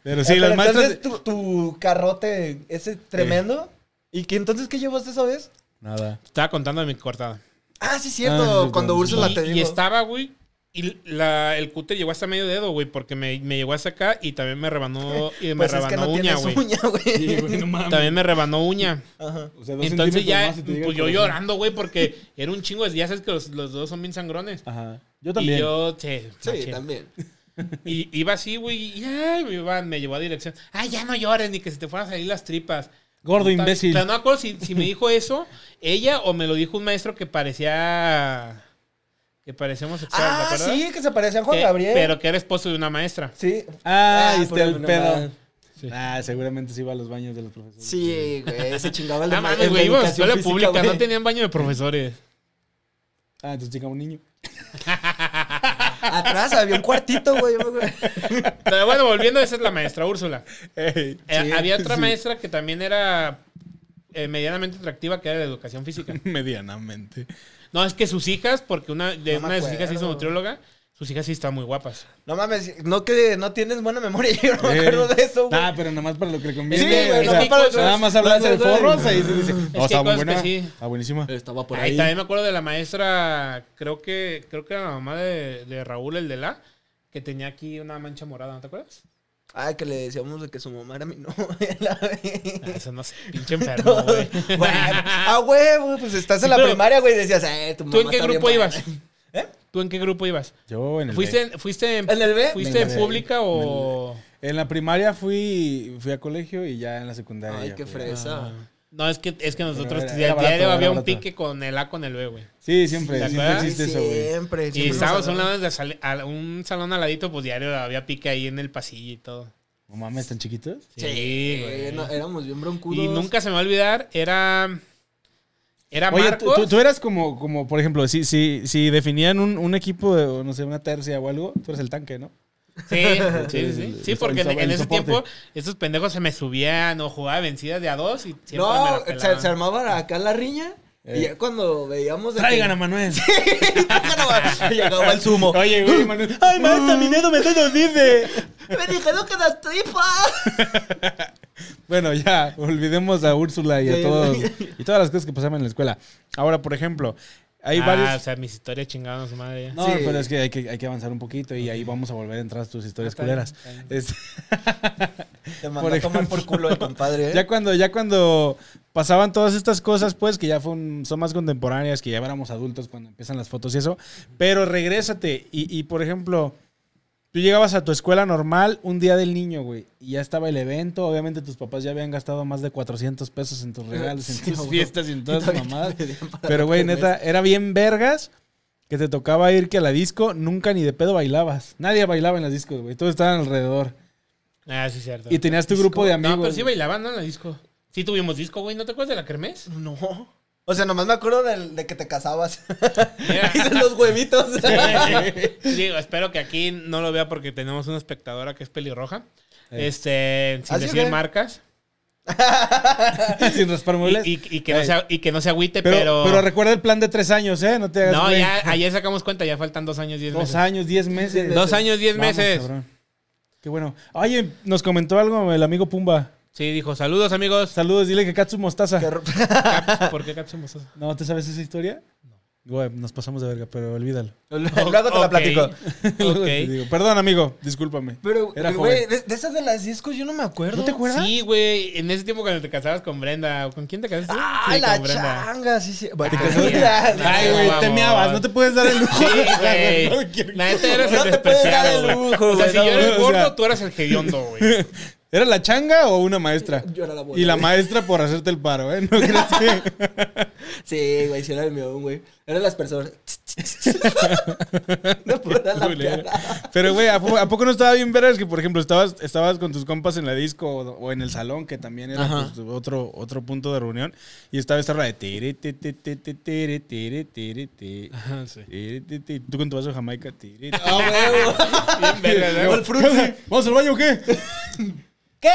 B: Pero sí,
C: Eh,
B: las
C: pero
B: maestras.
C: Entonces, tu, tu carrote, ese tremendo. ¿Y que entonces qué llevaste esa vez?
B: Nada.
A: Estaba contando de mi cortada.
C: Ah, sí,
B: Ah, sí,
C: cierto.
B: sí,
C: cuando
B: sí.
A: Y,
C: Úrsula te dijo.
A: y estaba, güey. Y la, el cúter llegó hasta medio dedo, güey, porque me, me llegó hasta acá y también me rebanó, y me
C: Pues es
A: rebanó
C: que no
A: uña,
C: tienes
A: güey.
C: uña, güey. Ah,
A: También me rebanó uña.
C: Ajá.
B: O sea, dos
A: Entonces
B: centímetros
A: ya,
B: más y te llega
A: pues
B: el
A: yo
B: corazón.
A: llorando, güey, porque era un chingo de días, es que los, los dos son bien sangrones.
B: Ajá. Yo
A: Y
B: también.
A: yo, che,
C: Ah, Sí,
A: maché.
C: también.
A: Y iba así, güey, y ay, me, iba- me llevó a dirección. Ay, ya no llores, ni que se te fueran a salir las tripas.
B: Gordo
A: Puta-
B: imbécil.
A: Claro, no me acuerdo si, si me dijo eso ella o me lo dijo un maestro que parecía... Que parecía homosexual, ¿te
C: Ah,
A: acuerdas?
C: sí, que se parecía a Juan
A: Que-
C: Gabriel.
A: Pero que era esposo de una maestra.
C: Sí.
B: Ah, ahí está
C: pura
B: el pedo.
C: mamada.
A: Sí.
B: Ah, seguramente se iba a los baños de los profesores.
C: Sí, güey, se chingaba el
A: No
C: ma-
A: Ah, mames,
C: el
A: güey, iba a
C: educación
A: escuela
C: física,
A: pública,
C: güey.
A: no tenían baño de profesores.
B: Ah, entonces llega un niño.
C: Atrás había un cuartito, güey. yo me acuerdo.
A: Pero bueno, volviendo, esa es la maestra Úrsula.
B: Ey.
A: Eh,
C: Sí,
A: había otra
B: sí.
A: maestra que también era eh, medianamente atractiva, que era de educación física.
B: Medianamente.
A: No, es que sus hijas, porque una de,
C: No me
A: una de sus hijas se hizo
C: acuerdo.
A: nutrióloga, sus hijas sí estaban muy guapas.
C: No mames, no que no tienes buena memoria. Yo
A: Eh.
C: no me acuerdo de eso, güey.
B: Ah, pero nada más para lo que le
C: Sí,
B: conviene.
C: güey,
B: o
A: es
B: sea,
A: que para los-
B: nada más hablando de
C: los-
B: forros, ahí se dice.
A: que
B: No, está
A: hay cosas
B: muy buena.
A: que sí.
B: Está buenísima.
C: Estaba por
A: Ahí
C: ahí.
A: también me acuerdo de la maestra, creo que creo que era la mamá de, de Raúl, el de la, que tenía aquí una mancha morada, ¿no te acuerdas?
C: Ah, que le decíamos de que su mamá era mi novia. la
A: Ah,
C: vez.
A: Eso no sé, pinche enfermo, güey.
C: Güey, ah, huevo, pues estás en la
A: Pero-
C: primaria, güey. Decías, eh, tu mamá.
A: ¿Tú en qué
C: está bien
A: grupo
C: buena.
A: ibas? ¿Tú en qué grupo ibas?
B: Yo en ¿Eh? el.
A: ¿Fuiste en, fuiste en,
C: ¿En el B?
A: fuiste en
B: Venga,
A: pública o...?
B: En la primaria fui, fui a colegio y ya en la secundaria.
C: Ay,
B: ya
C: qué
B: fui.
C: fresa.
A: Ah. No, es que, es que nosotros
B: era-
A: dia-
B: era barato,
A: diario
B: era
A: había un
B: barato.
A: pique con el A con el B, güey.
B: Sí, siempre,
A: ¿Te
B: siempre
A: acuerdas?
B: existe eso, güey.
C: Siempre,
A: Y
C: siempre nos
A: estábamos a un,
C: hablaban.
A: lado de la sale- a un salón al ladito, pues diario había pique ahí en el pasillo y todo.
B: No mames, ¿están chiquitos?
A: Sí, güey.
C: no, éramos bien broncudos.
A: y nunca se me va a olvidar, era... Era
B: Oye, tú,
A: Marcos.
B: tú- tú eras como, como, por ejemplo, si, si, si definían un, un equipo, de, o no sé, una tercia o algo, tú eres el tanque, ¿no?
A: Sí, sí, sí, sí.
B: el-
A: Sí,
B: el
A: porque en,
B: sopo-
A: en
B: el
A: ese
B: soporte.
A: tiempo estos pendejos se me subían o jugaban vencidas de a dos y siempre me
C: No,
A: la
C: se,
A: pelaban.
C: se armaba acá la riña.
B: Eh.
C: Y ya cuando veíamos. de que-
B: Manuel.
C: Traigan a- y llegaba el sumo.
B: Oye, güey, Manuel. Ay, maestra, mi dedo me está nos dice.
C: Me dijeron que las tripas.
B: Bueno, ya, olvidemos a Úrsula y a
C: Sí,
B: todos.
C: güey.
B: Y todas las cosas que pasaban en la escuela. Ahora, por ejemplo, hay
A: ah,
B: varios.
A: o sea, mis historias chingadas a su madre.
B: No,
C: Sí.
B: pero es que hay, que hay que avanzar un poquito y ahí vamos a volver a entrar a tus historias
A: Ah, está bien,
B: culeras.
A: está bien.
B: Este,
C: Te mandó
B: Por
C: a tomar por culo el compadre. ¿eh?
B: ya cuando ya cuando pasaban todas estas cosas, pues que ya fue un- son más contemporáneas, que ya éramos adultos cuando empiezan las fotos y eso, pero regrésate y, y, por ejemplo, tú llegabas a tu escuela normal un día del niño, güey, y ya estaba el evento, obviamente tus papás ya habían gastado más de 400 pesos en tus regalos, en
C: Sí,
B: tus
C: güey.
B: fiestas y en todas
C: Y
B: tus
C: todavía
B: mamadas.
C: te pedían para
B: Pero, güey,
C: comer.
B: neta, era bien vergas que te tocaba ir que a la disco nunca ni de pedo bailabas. Nadie bailaba en las discos, güey. Todos estaban alrededor.
A: Ah, sí, cierto.
B: Y tenías tu grupo de amigos.
A: No, pero sí
B: güey.
A: bailaban, ¿no? En la disco. Sí tuvimos disco, güey. ¿No te acuerdas de la kermés?
C: No. O sea, nomás me acuerdo del- de que te casabas.
A: Mira.
C: Hice los huevitos.
A: Digo, espero que aquí no lo vea porque tenemos una espectadora que es pelirroja.
B: Eh.
A: Este, sin
C: Así
A: decir
C: es.
A: marcas.
B: Sin raspar
A: Y,
B: muebles.
A: y- y que no
B: Eh.
A: se, ag- y que no se agüite,
B: pero,
A: pero.
B: pero... recuerda el plan de tres años, ¿eh? No te hagas.
A: no,
B: güey.
A: ya ayer sacamos cuenta, ya faltan dos años, diez
B: Dos
A: meses.
B: años, diez meses.
A: Dos años, diez
B: Vamos,
A: meses.
B: cabrón. Qué bueno. Oye, nos comentó algo el amigo Pumba.
A: Sí, dijo, saludos amigos.
B: Saludos, dile que Katsu Mostaza.
C: Que ro-
A: Caps, ¿Por qué Caps somos esos?
B: ¿No te sabes esa historia? Güey, nos pasamos de verga, pero olvídalo.
C: Luego te la
A: Ok.
C: platico.
B: Luego te
A: Ok.
B: digo, Perdón, amigo, discúlpame.
C: Pero,
B: Era
C: güey,
B: joven.
C: de, de esas de las discos yo no me acuerdo.
B: ¿No te acuerdas?
A: Sí, güey. En ese tiempo cuando te casabas con Brenda. ¿o ¿Con quién te casaste?
C: Ay,
A: Sí,
C: Ah, la
A: con Brenda.
C: changa, sí, sí. Bueno, pues,
A: casas-
C: mira,
B: Ay,
A: No,
B: güey, te
A: vamos.
B: meabas, no te puedes dar el lujo.
A: Sí, güey. La neta eres
C: No
A: el
C: te puedes dar
A: despreciado,
C: el
A: güey.
C: lujo,
A: O sea,
C: güey,
A: si
C: no,
A: yo era el
B: güey, o sea.
A: gordo, tú eras el hediondo, güey.
B: ¿Era la changa o una maestra?
C: Yo era la buena,
B: Y la
C: güey.
B: maestra por hacerte el paro, ¿eh? ¿No crees que-
C: Sí, güey, sí era el mío, güey. Eran las personas. no puedo dar la cara.
B: Pero, güey, ¿a, po- a poco no estaba bien veras que, por ejemplo, estabas, estabas con tus compas en la disco o, o en el salón, que también era
C: Ajá.
B: pues, tu otro, otro punto de reunión, y estaba esta rola de... tiri, ti, ti, ti, ti, tiri, tiri, tiri, ti, tiri, ti, ti, Tú con tu vaso de Jamaica. tiri, ti.
C: Ah, güey, güey.
A: Bien verga, ¿no?
C: O el Fruitsy.
B: ¿Vamos al baño o qué? ¿Qué?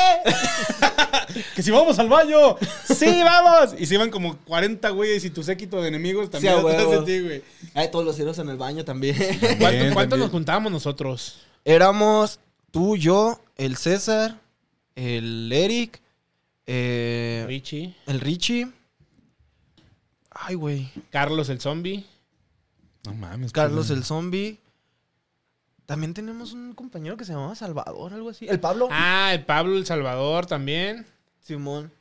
B: que si vamos al baño. Sí, vamos. Y se iban como 40 güeyes y tu séquito de enemigos también
C: a
B: atrás
C: huevo.
B: de ti, güey.
C: Ay, todos los héroes en el baño también.
A: ¿Cuánto,
B: Bien,
A: cuánto
B: también.
A: nos juntábamos nosotros?
C: Éramos tú, yo, el César, el Eric, eh,
A: Richie,
C: el Richie. Ay, güey.
A: Carlos el zombie.
B: No mames.
C: Carlos
B: perdón.
C: el Zombie. También tenemos un compañero que se llamaba Salvador, algo así. El Pablo.
A: Ah, el Pablo el Salvador también.
C: Simón.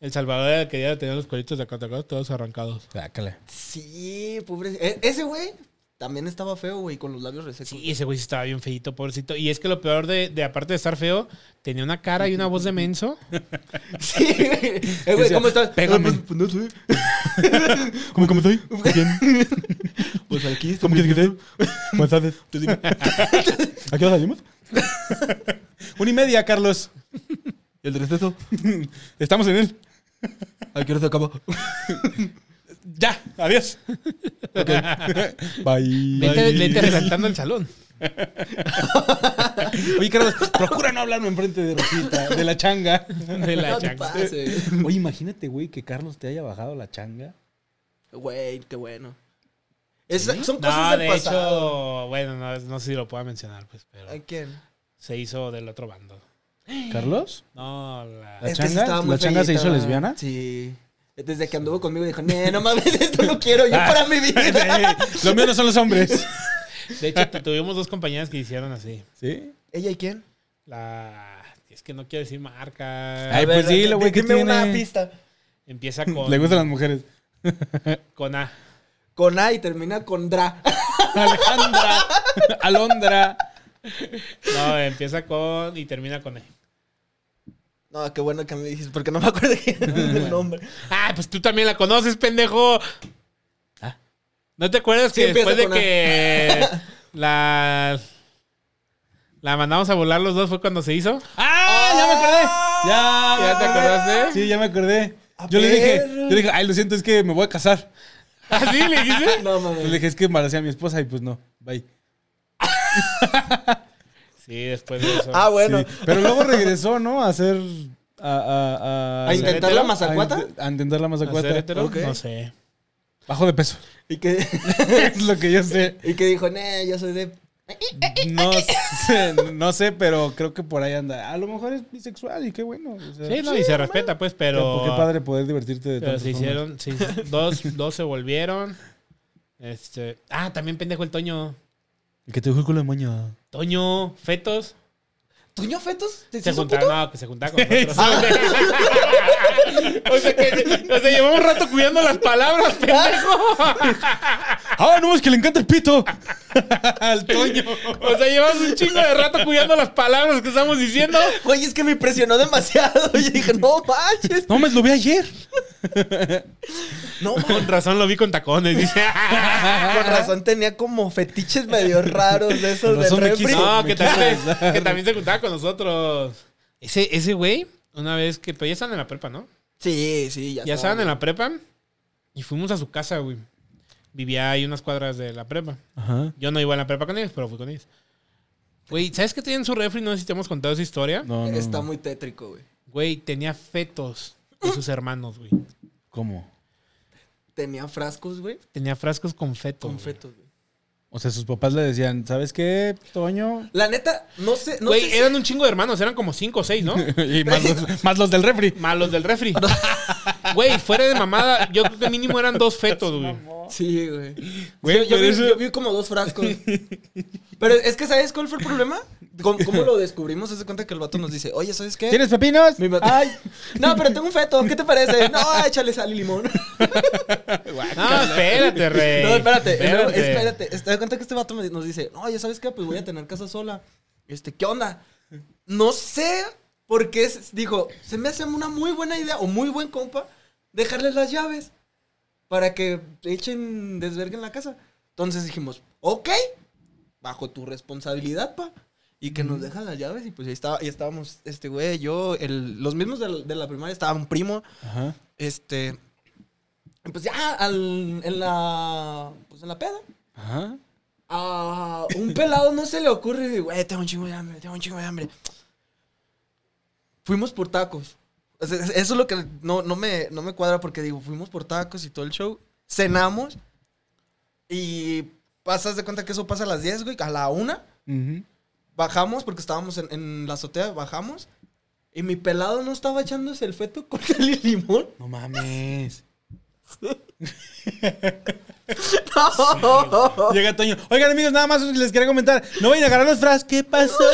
A: El Salvador era el que ya tenía los cueritos de Catacas todos arrancados.
B: Sácale.
C: Sí, pobre. e- ese güey también estaba feo, güey, con los labios resecos.
A: Sí, ese güey sí estaba bien feíto, pobrecito. Y es que lo peor de, de aparte de estar feo, tenía una cara y una voz de menso.
C: Sí, güey. Eh, güey, ¿cómo estás?
A: Pégame.
C: Ah, pues, pues, no sé.
B: ¿Cómo, cómo estoy? ¿Bien?
C: Pues aquí estoy.
B: ¿Cómo quieres que esté? Buenas tardes. ¿A qué hora salimos? Una y media, Carlos.
C: ¿Y el receso?
B: Estamos en él.
C: ¿A qué hora se acaba?
B: Ya, adiós. Bye.
A: Vete,
B: Bye.
A: vete resaltando el salón.
B: Oye, Carlos, procura no hablarme enfrente de Rosita, de la changa.
A: De la
C: no te
A: chancla.
C: pases.
B: Oye, imagínate, güey, que Carlos te haya bajado la changa.
C: Güey, qué bueno. Es- Son cosas
A: No,
C: del
A: de
C: pasado.
A: hecho, bueno, no, no sé si lo pueda mencionar, pues, pero
C: ¿A quién?
A: se hizo del otro bando.
B: ¿Carlos?
A: No, la...
B: ¿La
C: Es que sí
B: changa?
C: estaba muy
B: ¿La changa se
C: feíta.
B: hizo lesbiana?
C: Sí. Desde que anduvo conmigo dijo, "Nee, no mames, esto lo quiero yo para mi vida.
B: Eh, Lo mío no son los hombres.
A: De hecho, tu- tuvimos dos compañeras que hicieron así.
B: ¿Sí?
C: ¿Ella y quién?
A: La... Es que no quiero decir marca.
B: Ay,
C: A ver,
B: pues dilo, güey, ¿qué
C: Dime una
B: tiene?
C: pista.
A: Empieza con...
B: Le gustan las mujeres.
A: Con A.
C: Con A y termina con Dra.
B: Alejandra, Alondra.
A: No, empieza con y termina con E.
C: No, qué bueno que me dijiste, porque no me acuerdo quién era el nombre.
A: Ah, pues tú también la conoces, pendejo. ¿No te acuerdas
C: Sí,
A: que
C: empieza
A: después de
C: con A.
A: que la... La mandamos a volar los dos fue cuando se hizo?
B: ¡Ah! ¡Ya me acordé! ¡Ya!
A: ¿Ya te acordaste?
B: Sí, ya me acordé.
C: A
B: Yo le dije,
C: ver.
B: yo le dije, ay, lo siento, es que me voy a casar.
A: ¿Así le dijiste?
C: No
B: Yo le
C: mames.
B: dije, es que embaracé a mi esposa y pues no, bye.
A: Sí, después de eso.
C: Ah, bueno.
B: Sí. Pero luego regresó, ¿no? A hacer. A, a, a,
C: ¿A intentar la
A: ¿Hetero?
B: A,
C: mazacuata?
B: int- a intentar la mazacuata.
A: ¿Hacer hetero?
C: Ok.
A: No sé.
B: Bajo de peso.
C: Y que,
B: es lo que yo sé.
C: y que dijo, nee, yo soy de...
B: No sé, no sé, pero creo que por ahí anda. A lo mejor es bisexual y qué bueno. o sea,
A: Sí, no, y se respeta, pues, pero.
B: Qué padre poder divertirte de
A: Pero
B: tantas
A: se
B: formas.
A: hicieron. se hizo- dos, dos se volvieron. Este. Ah, también pendejo el Toño.
B: El que te dejó el culo de moño.
A: Toño, fetos.
C: ¿Tuño fetos? ¿Te
A: Se
C: hizo
A: juntaron.
C: puto?
A: No, que se juntaron con nosotros. o sea que. O sea, llevó un rato cuidando las palabras, pendejo.
B: ¡Ah, no, es que le encanta el pito! Al Toño.
A: O sea, llevamos un chingo de rato cuidando las palabras que estamos diciendo.
C: Güey, es que me impresionó demasiado. Y dije, no manches.
B: No, me lo vi ayer.
C: No mames.
A: Con razón lo vi con tacones. Dice.
C: Con razón tenía como fetiches medio raros de esos
B: Con razón
C: de
B: me
C: refri.
B: quiso.
A: No,
B: me
A: que
B: quiso
A: también,
B: besar.
A: que también se juntaba con nosotros. Ese, ese güey, una vez que. Pero ya estaban en la prepa, ¿no?
C: Sí, sí, ya,
A: Ya
C: estaba.
A: estaban en la prepa. Y fuimos a su casa, güey. Vivía ahí unas cuadras de la prepa.
B: Ajá.
A: Yo no iba a la prepa con ellos, pero fui con ellos. Güey, ¿sabes qué tenía en su refri? No sé si te hemos contado esa historia.
B: No, no.
C: Está
B: no.
C: muy tétrico, güey.
A: Güey, tenía fetos de sus hermanos, güey.
B: ¿Cómo?
C: Tenía frascos, güey,
A: Tenía frascos con fetos.
C: con
A: güey.
C: fetos, güey.
B: O sea, sus papás le decían, ¿sabes qué, Toño?
C: La neta, no sé, no
A: Güey,
C: sé si-
A: eran un chingo de hermanos, eran como cinco o seis, ¿no?
B: y más los, más los del refri.
A: Malos del refri. Güey, fuera de mamada, yo creo que mínimo eran dos fetos, güey.
C: Sí, güey.
B: Güey,
C: Sí, yo,
B: pero
C: vi,
B: eso-
C: yo vi como dos frascos. Pero es que, ¿sabes cuál fue el problema? ¿Cómo, cómo lo descubrimos? Hace cuenta que el vato nos dice, oye, ¿sabes qué?
B: ¿Tienes pepinos? Ah.
C: Mi vato-
B: Ay,
C: No, pero tengo un feto, ¿qué te parece? No, échale sal y limón.
A: No, espérate, rey.
C: No, espérate, espérate. espérate. Te das cuenta que este vato me- nos dice, oye, ¿sabes qué? Pues voy a tener casa sola. Este, ¿qué onda? No sé por qué es- dijo, se me hace una muy buena idea o muy buen compa dejarles las llaves para que echen desvergue en la casa. Entonces dijimos, ok, bajo tu responsabilidad, pa. Y que nos dejan las llaves y pues ahí, estaba, ahí estábamos, este güey, yo, el- los mismos de la, de la primaria, estaba un primo,
B: Ajá.
C: este. Pues ya, al- en la. Pues en la peda.
B: Ajá.
C: A "Eh, un pelado no se le ocurre, güey, tengo un chingo de hambre, tengo un chingo de hambre. fuimos por tacos. O sea, eso es lo que no, no, me, no me cuadra porque digo, fuimos por tacos y todo el show. Cenamos y pasas de cuenta que eso pasa a las 10, güey, a la 1.
B: Ujú.
C: Bajamos porque estábamos en, en la azotea, bajamos. Y mi pelado no estaba echándose el feto con el limón.
B: No mames.
C: No.
B: Llega Toño. Oigan, amigos, nada más les quería comentar. No vayan a agarrar los fras. ¿Qué pasó?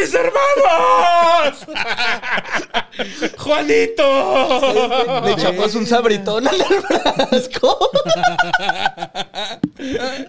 A: ¡Mis hermanos! ¡Juanito!
C: Le echamos un sabritón al frasco.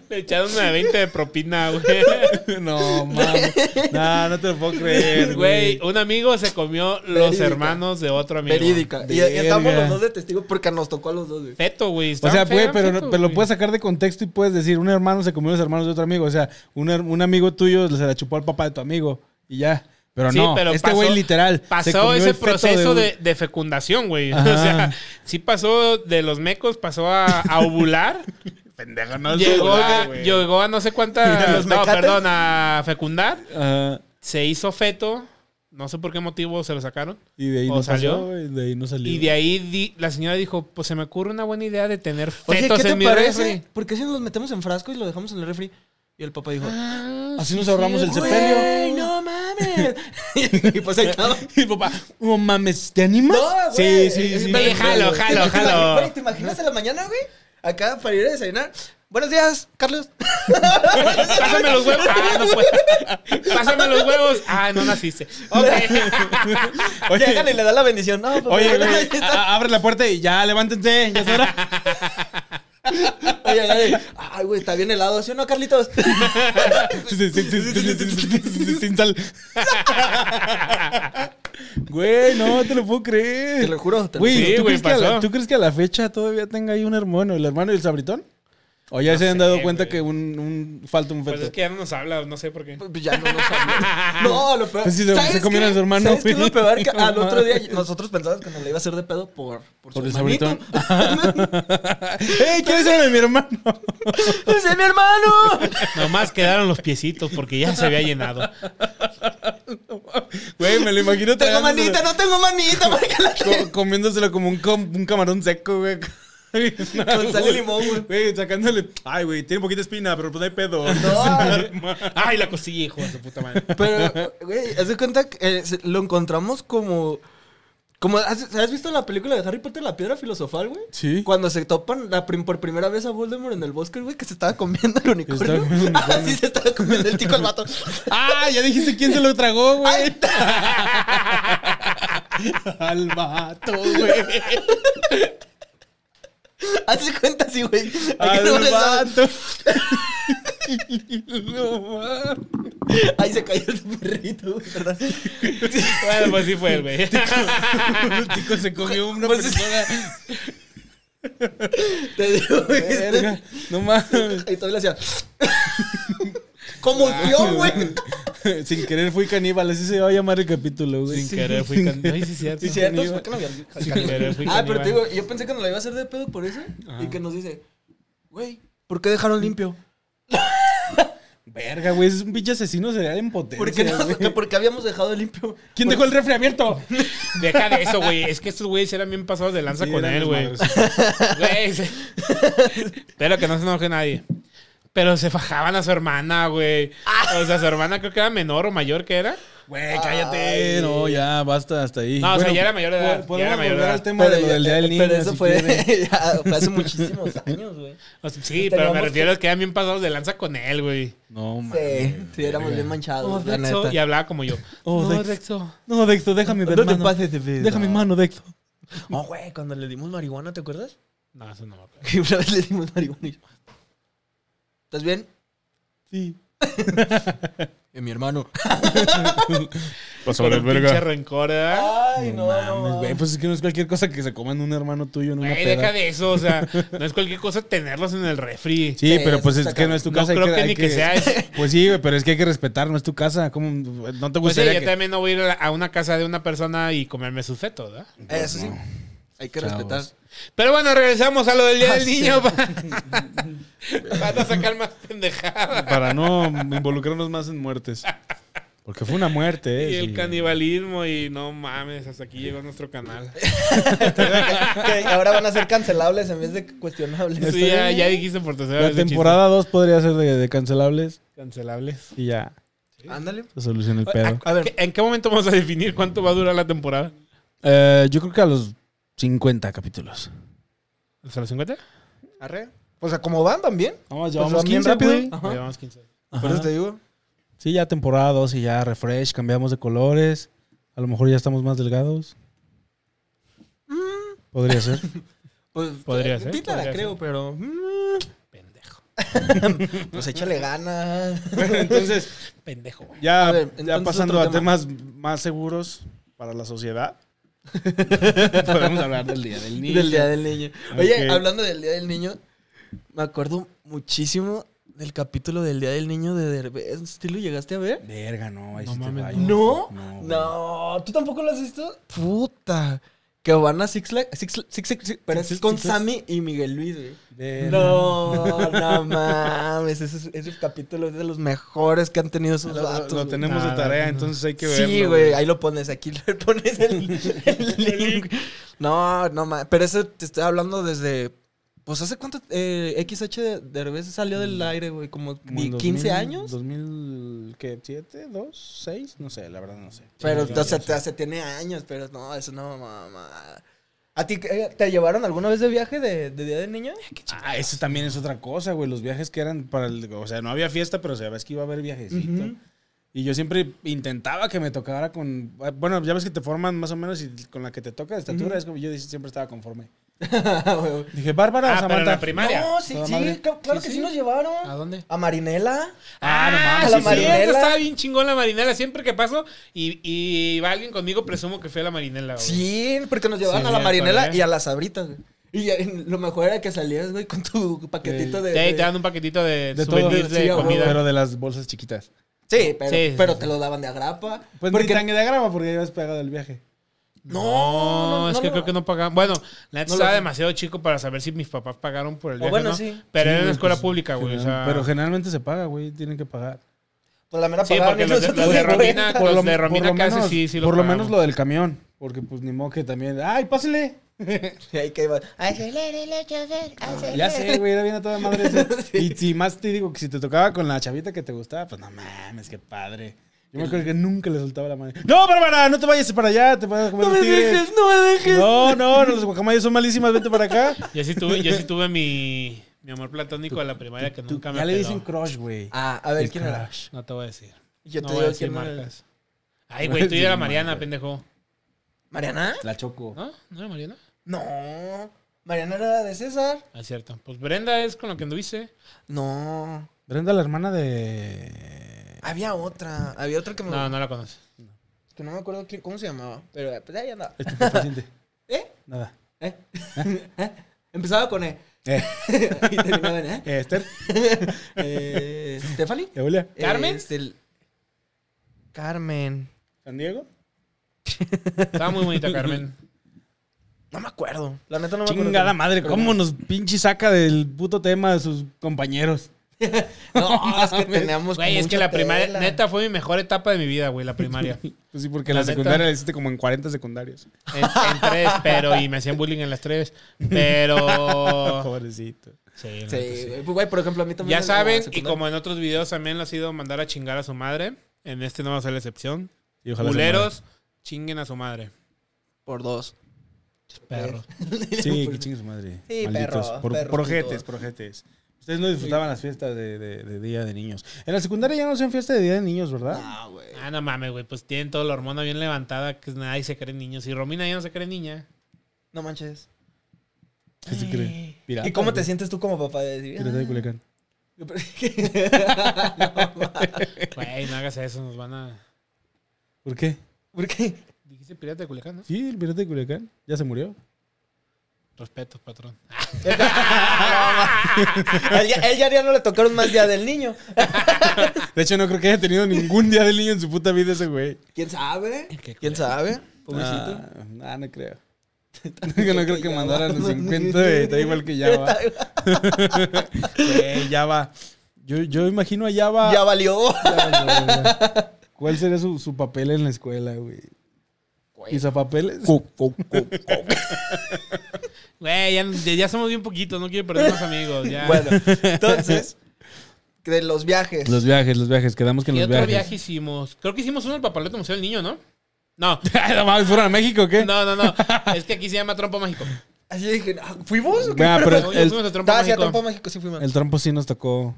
A: Le echaron una 20 de propina, güey.
B: No mames. No, no te lo puedo creer,
A: Güey,
B: güey.
A: un amigo se comió los
C: Verídica.
A: hermanos de otro amigo.
C: Verídica. Y, y estamos
B: Verga.
C: los dos de testigos porque nos tocó a los dos, güey.
A: Feto, güey.
B: O
A: estaban
B: sea, güey,
A: feas,
B: pero,
A: feto,
B: pero lo
A: güey.
B: puedes sacar de contexto y puedes decir, un hermano se comió los hermanos de otro amigo. O sea, un, her- un amigo tuyo se la chupó al papá de tu amigo y ya. Pero
A: Sí,
B: no,
A: pero
B: este
A: pasó-
B: güey literal. se
A: Pasó
B: comió
A: ese
B: el feto
A: proceso
B: un-
A: de, de fecundación, güey. O
B: Ajá.
A: sea, sí pasó de los mecos, pasó a, a ovular.
B: Pendejo, no es
A: llegó,
B: celular,
A: a,
B: güey.
A: llegó a no sé
C: ¿De
A: cuántas.
C: los
A: No,
C: mecates?
A: perdón, a fecundar.
B: Ajá.
A: Se hizo feto. No sé por qué motivo se lo sacaron.
B: Y de ahí
A: ¿O
B: no
A: salió?
B: salió, güey. De ahí no salió.
A: Y de ahí di- la señora dijo: Pues se me ocurre una buena idea de tener
C: Oye,
A: fetos
C: ¿qué te
A: en mi
C: parece?
A: refri.
C: ¿Por qué si nos los metemos en frasco y lo dejamos en el refri? Y el papá dijo,
A: Ah,
B: Así nos ahorramos el
C: Ah, ¡Güey,
B: sepelio.
C: no mames! y pues ahí estaba.
B: Y papá, no mames, ¿te animas?
C: No,
B: sí,
C: güey.
B: sí, sí.
A: Ve,
C: Pero-
A: jalo,
C: ¿Te
A: jalo,
C: imaginas-
A: jalo.
C: güey, ¿Te imaginas a la mañana, güey? Acá para ir a desayunar. Buenos días, Carlos.
A: Pásame los huevos. Ah, no puedo. Pásame los huevos. Ah, no naciste. Ok.
B: Oye.
C: Llegan y le da la bendición. No, pues, papá,
B: Oye,
C: ahí
B: güey,
C: está.
B: a- abre la puerta y ya, levántense, ya es hora.
C: Oye, oye, ay, güey, está bien helado, ¿sí o no, Carlitos?
B: Sin- sin- sin- sin- Sin sal. Güey, no te lo puedo creer.
C: Te lo juro, te lo
B: Güey,
A: juro. Sí,
B: ¿tú,
A: güey,
B: crees que a la-
A: pasó.
B: ¿tú crees que a la fecha todavía tenga ahí un hermano, el hermano y el sabritón? ¿O ya
A: No
B: se han
A: sé,
B: dado cuenta
A: güey.
B: que un, un- falta un
A: Pues
B: feto?
A: es que ya no nos habla, no sé por qué.
C: Pues ya no lo sabía. No, lo peor.
B: Pues sí, se-
C: ¿sabes
B: se comieron
C: qué?
B: a su hermano,
C: ¿Sabes qué es lo
B: güey?
C: peor? Que
B: No
C: al otro día
B: mames.
C: nosotros pensábamos que nos le iba a hacer de pedo por,
B: Por
C: por, su
B: el
C: hermanito.
B: sabritón. ¡Ey, qué es eso ¡Eh, de mi hermano!
C: ¡Ese Pues es mi hermano!
A: Nomás quedaron los piecitos porque ya se había llenado.
B: Güey, me lo imagino
C: Tengo
B: tragándoselo-
C: manita, no tengo manita, márcala.
B: co- comiéndoselo como un, com- un camarón seco, güey.
C: Con sal y limón, güey.
B: Güey, sacándole. Ay, güey, tiene poquita espina, pero pues no hay pedo.
C: No.
A: Ay, la costilla, hijo de su puta madre.
C: Pero, güey, haz de cuenta que eh, se- lo encontramos como. como ¿has, has visto la película de Harry Potter, la piedra filosofal, güey?
B: Sí.
C: Cuando se topan la prim- por primera vez a Voldemort en el bosque, güey, que se estaba comiendo el
B: estaba
C: unicornio.
B: comiendo el unicornio.
C: Así se estaba comiendo el tico al vato.
B: ¡Ah! Ya dijiste quién se lo tragó,
C: Ay,
B: güey. Al vato, güey.
C: Hazte cuenta, sí, güey. Ay, no
B: Al
C: me la-
B: Ah, vato. No mames.
C: Ay, se cayó el perrito, güey, perdón.
A: Bueno, pues sí fue el güey.
B: El tico se comió una
C: Pues-
B: persona.
C: Te digo, güey.
B: Verga. No mames.
C: Y todavía le hacía.
B: Ah,
C: Conmoción, güey.
B: Sin querer fui caníbal, así se va a llamar el capítulo, güey.
A: Sin querer fui can... Ay, sí, es cierto.
C: Sí, cierto, ¿por qué no había-
A: Sin querer fui
C: Ah, pero
A: caníbal.
C: te digo, yo pensé que nos la iba a hacer de pedo por eso. Y que nos dice, güey, ¿por qué dejaron limpio?
B: Verga, güey, es un pinche asesino serial en potencia.
C: ¿Por qué, no-
B: güey.
C: ¿por qué habíamos dejado limpio?
B: ¿Quién dejó el refri abierto?
A: Deja de eso, güey. Es que estos güeyes eran bien pasados de lanza
B: Sí,
A: con
B: eran
A: él, güey.
B: desmadres.
A: Güey. se- Espero que no se enoje nadie. Pero se fajaban a su hermana, güey. O sea, su hermana creo que era menor o mayor que era.
B: Güey, cállate. Eh, no, ya, basta hasta ahí.
A: No, o sea, ya era mayor de edad, ya era
B: Podemos
A: mayor de
B: volver
A: edad.
B: al tema de lo del día del niño.
C: pero eso
B: si quieren.
C: fue, ya, fue hace muchísimos años, güey.
A: O sea, sí,
C: Teníamos
A: pero me
C: que-
A: refiero a que eran bien pasados de lanza con él, güey.
B: No, mames.
C: Sí, sí, éramos bien manchados,
A: Oh,
C: la
A: Dexo,
C: neta.
A: Y hablaba como yo.
B: Oh,
A: no,
B: Dex.
A: Dexo.
B: No, Dexto, déjame ver.
C: No te
B: mano.
C: pases de pedo.
B: Déjame mano, Dexto.
C: No, Oh, güey, cuando le dimos marihuana, ¿te acuerdas?
A: No, eso no me acuerdo.
C: Que una vez le dimos marihuana y yo, ¿Estás bien?
B: Sí.
C: Y mi hermano.
A: Con un pinche rencor,
B: Ah,
A: ¿verdad?
C: Ay, no,
B: Mames,
C: no.
B: güey, pues es que no es cualquier cosa que se coman un hermano tuyo en una
A: Güey,
B: peda.
A: deja de eso. O sea, no es cualquier cosa tenerlos en el refri.
B: Sí,
C: Sí,
B: pero pues
C: eso
B: es
C: está
B: que no es tu
A: No
B: casa. hay
A: creo que
B: hay
A: ni que sea eso.
B: Pues sí, güey, pero es que hay que respetar, no es tu casa. ¿Cómo? No te
A: Pues sí,
B: gustaría
A: yo
B: que...
A: también no voy a ir a la- a una casa de una persona y comerme su feto, ¿verdad?
C: Eso sí. Hay que
B: Chavos.
C: respetar.
A: Pero bueno, regresamos a lo del Día
C: Ah,
A: del
C: sí.
A: Niño. Para, para no sacar más pendejadas.
B: Para no involucrarnos más en muertes. Porque fue una muerte, ¿eh?
A: Y el
B: Sí.
A: canibalismo y no mames, hasta aquí llegó nuestro canal.
C: Que ahora van a ser cancelables en vez de cuestionables.
A: Sí, ya, ya dijiste por tercera
B: La
A: vez el
B: temporada 2 podría ser de, de cancelables
A: chiste. Cancelables.
B: y ya
C: Ándale.
B: se soluciona el pedo.
A: A ver, ¿en qué momento vamos a definir cuánto va a durar la temporada?
B: Eh, yo creo que a los 50 capítulos.
A: ¿Hasta los 50?
C: Arre. O sea, como van, van bien.
B: Vamos,
C: llevamos 15, güey. Ajá.
A: Llevamos 15.
C: Por eso te digo.
B: Sí, ya temporada 2 y ya refresh, cambiamos de colores. A lo mejor ya estamos más delgados. Podría ser.
C: Pues,
A: Podría
C: eh,
A: ser,
C: Tita la
A: podría
C: creo, pero. mm,
A: Pendejo.
C: Pues échale ganas.
B: entonces,
A: Pendejo.
B: ya,
C: A ver,
B: ya
C: entonces,
B: pasando
C: otro
B: a
C: tema.
B: temas más seguros para la sociedad. Podemos hablar del día del niño.
A: Ah,
C: Del Día del Niño. Oye,
B: Ok.
C: hablando del Día del Niño, me acuerdo muchísimo del capítulo del Día del Niño de Derbez. ¿Tú lo llegaste a ver?
B: Verga, no. ahí
A: No
B: sí te
A: mames,
B: fallo.
C: ¿No?
B: No,
C: No,
B: güey.
C: ¿Tú tampoco lo has visto? Puta. Que van a Six Flags. Six, Flags- Six, Six- Six- pero
B: Six-
C: es con
B: Six Flags.
C: Sammy y Miguel Luis, güey.
B: Verga.
C: No, no mames. Ese, ese capítulo es de los mejores que han tenido esos
B: Lo, lo-
C: vatos.
B: lo
C: güey.
B: tenemos de
A: Nada,
B: tarea,
A: no.
B: entonces hay que verlo.
C: Sí, güey, ahí lo pones, aquí le pones el, el link. No, no ma- pero eso te estoy hablando desde pues hace cuánto eh, XH de Derbez salió del aire, güey, Mm. como
B: Como en
C: 15
B: 2000,
C: años.
B: 2000, ¿qué? ¿7? ¿2? ¿6? No sé, la verdad no sé.
C: Pero
A: Sí,
C: o sea,
A: sí.
C: te- hace tiene años, pero no, eso no mamá. ¿A ti eh, te llevaron alguna vez de viaje de, de día de niño?
B: Ah, eso también es otra cosa, güey. Los viajes que eran para el. O sea, no había fiesta, pero sabes que iba a haber viajecito.
C: Ujú.
B: Y yo siempre intentaba que me tocara con. ah, Bueno, ya ves que te forman más o menos y con la que te toca de estatura.
C: Ujú.
B: Es como yo dije, siempre estaba conforme.
C: Güey,
B: Dije, Bárbara,
A: Ah, pero en
B: Samantha.
A: la primaria.
C: No, sí,
B: Toda
C: sí,
B: madre.
C: ca- claro
A: Sí,
C: que sí.
A: sí.
C: nos llevaron.
A: ¿A dónde?
C: A Marinela.
A: Ah, no
C: a
A: mames.
C: la
A: sí, sí,
C: marinela.
A: cierto, Estaba bien chingón la marinela. Siempre que paso y, y va alguien conmigo, presumo que fue a la marinela. güey.
C: Sí, porque nos llevaban
A: Sí,
C: a la
A: me
C: marinela
A: acordé.
C: y a las sabritas, güey. Y ya, en- lo mejor era que salías, güey, con tu paquetito de.
A: Y ahí te
C: de-
A: dan un paquetito de,
B: De todo.
A: souvenirs de
C: Sí, a huevo.
A: comida.
B: Pero de las bolsas chiquitas.
C: Sí, pero,
A: Sí, sí,
C: pero
A: sí.
C: te lo daban de agrapa.
B: Pues ni
C: porque
B: tan de grama porque ya ibas pegado el viaje.
A: No,
C: No, no,
A: es
C: no,
A: que
C: no.
A: creo que no pagaban. Bueno, la neta
C: No lo
A: estaba
C: sé.
A: demasiado chico para saber si mis papás pagaron por el
C: O
A: viaje.
C: bueno,
A: ¿no?
C: sí.
A: Pero
B: Sí,
A: era
B: güey,
A: una escuela
B: pues,
A: pública, güey. O
B: general-
A: sea,
B: Pero generalmente se paga, güey. Tienen que pagar.
C: pues la mera
A: Sí,
C: pagaban
A: porque
C: y
A: los de-
C: nosotros
A: los de
C: ni
A: Romina-
C: cuenta.
A: Los
B: lo-
A: de Romina
B: por lo
A: casi
B: menos-
A: sí, sí los
B: Por lo
A: pagamos.
B: menos lo del camión. Porque pues ni modo que también. ¡Ay, pásele!
C: Y ahí que iba. Ay, sí.
D: Acelérele, chofer, acelérele.
B: Ya sé, güey, era bien a toda madre. ese. Y si más te digo que si te tocaba con la chavita que te gustaba, pues no mames, qué padre. Yo me acuerdo que nunca le soltaba la mano. ¡No, Bárbara! ¡No te vayas para allá! ¡Te vas a
A: Pues
B: comer
C: No
B: el
C: me
B: tigre".
C: dejes, no me dejes.
B: No, no, no, las guacamayas son malísimas, vete para acá.
A: yo sí tuve, yo sí tuve mi, mi amor platónico a la primaria que nunca me
B: ya le
A: peló.
B: dicen crush, güey.
C: Ah, a ver,
B: El
C: ¿quién era?
B: crush.
A: No te voy a decir.
C: Yo
A: no
C: te
A: voy a
C: digo
A: decir
C: quién era.
A: marcas. Ay, güey, tú
B: Sí,
A: ya era
B: marcas.
A: Mariana, pendejo.
C: ¿Mariana?
B: La choco.
A: ¿No? ¿No era Mariana?
C: No. ¿Mariana era de César?
A: Ah, cierto. Pues Brenda es con la que anduviste.
C: No.
B: Brenda, la hermana de.
C: Había otra. Había otra que, me,
A: No, no la conoces.
C: que no me acuerdo quién, cómo se llamaba. Pero eh, pues ahí andaba.
B: Estupefaciente.
C: ¿Eh?
B: Nada.
C: ¿Eh? ¿Eh? Empezaba con E.
B: Eh,
C: y terminaba en E.
B: eh, Esther,
C: Eh, ¿Stephanie?
B: Eulia,
A: ¿Carmen?
C: Este, el- Carmen.
B: San Diego.
A: Estaba muy bonita, Carmen.
C: No me acuerdo. La neta no me acuerdo.
B: Chingada madre, ¿cómo nos pinche saca del puto tema de sus compañeros?
C: No, es que teníamos
A: Güey, es
C: Pues mucha
A: que la primaria,
C: tela.
A: neta, fue mi mejor etapa de mi vida, güey, la primaria. en,
B: Pues sí, porque
A: La
B: la,
A: neta.
B: secundaria la hiciste como en 40 secundarias.
A: en tres, pero, y me hacían bullying en las tres. Pero.
B: Pobrecito.
A: Sí, la neta,
C: Sí,
A: sí.
C: güey. Pues, güey, por ejemplo, a mí también.
A: Ya
C: pues, en la
A: saben, y
C: secundaria.
A: como en otros videos también lo ha sido mandar a chingar a su madre. En este no va a ser la excepción.
B: Y ojalá se
A: Culeros, chinguen a su madre.
C: Por dos.
A: Perro.
B: muera. pues, Sí, que chingue su madre.
C: Sí,
B: Malditos.
C: perro,
B: Por,
C: perros
B: projetes,
C: putos.
B: projetes. Ustedes no disfrutaban las fiestas de, de- de Día de Niños. En la secundaria ya no hacían fiesta de Día de Niños, ¿verdad?
C: No, güey.
A: Ah, no mames, güey. Pues tienen toda la hormona bien levantada, que nadie se cree niños. Y Romina ya no se cree niña.
C: No manches.
B: ¿Qué se cree? Pirata,
C: ¿Y cómo te
B: güey.
C: sientes tú como papá de decir?
B: Pirata de Culiacán.
C: ah, no, ma-
A: Güey, no hagas eso, nos van a.
B: ¿Por qué?
C: ¿Por qué?
A: Dijiste pirata de Culiacán, ¿no?
B: Sí, el pirata de Culiacán. Ya se murió.
A: Respeto, patrón.
C: A él ya- a él ya, ya no le tocaron más día del niño.
B: De hecho, no creo que haya tenido ningún Día del Niño en su puta vida ese güey.
C: ¿Quién sabe?
A: Qué
C: ¿Quién sabe? Pobrecito.
B: Ah, no, no creo. no creo que mandaran los 50, güey. Está igual que ya va. Güey, ya va. Yo, yo imagino a Java.
C: Ya valió.
B: Ya valió, güey.
D: ¿Cuál sería su, su papel en la escuela, güey? ¿Y sus papeles?
A: Güey, ya, ya- ya somos bien poquitos, no quiero perder más amigos. Ya.
C: Bueno, entonces, de los viajes.
D: Los viajes, los viajes. Quedamos que en
A: ¿Qué
D: los
A: otro
D: viajes.
A: viaje hicimos? Creo que hicimos uno al Papalote Museo del Niño, ¿no? No,
D: ¿No mames, ¿Fueron a México o qué?
A: no, no, no. Es que aquí se llama Trompo Mágico.
C: Así dije, ah, ¿fuimos o qué?
D: Nah, pero
A: Según yo,
D: el,
A: fuimos a Trompo
C: Ah, sí, a
A: Mágico.
C: Trompo México sí fuimos.
D: el trompo sí nos tocó.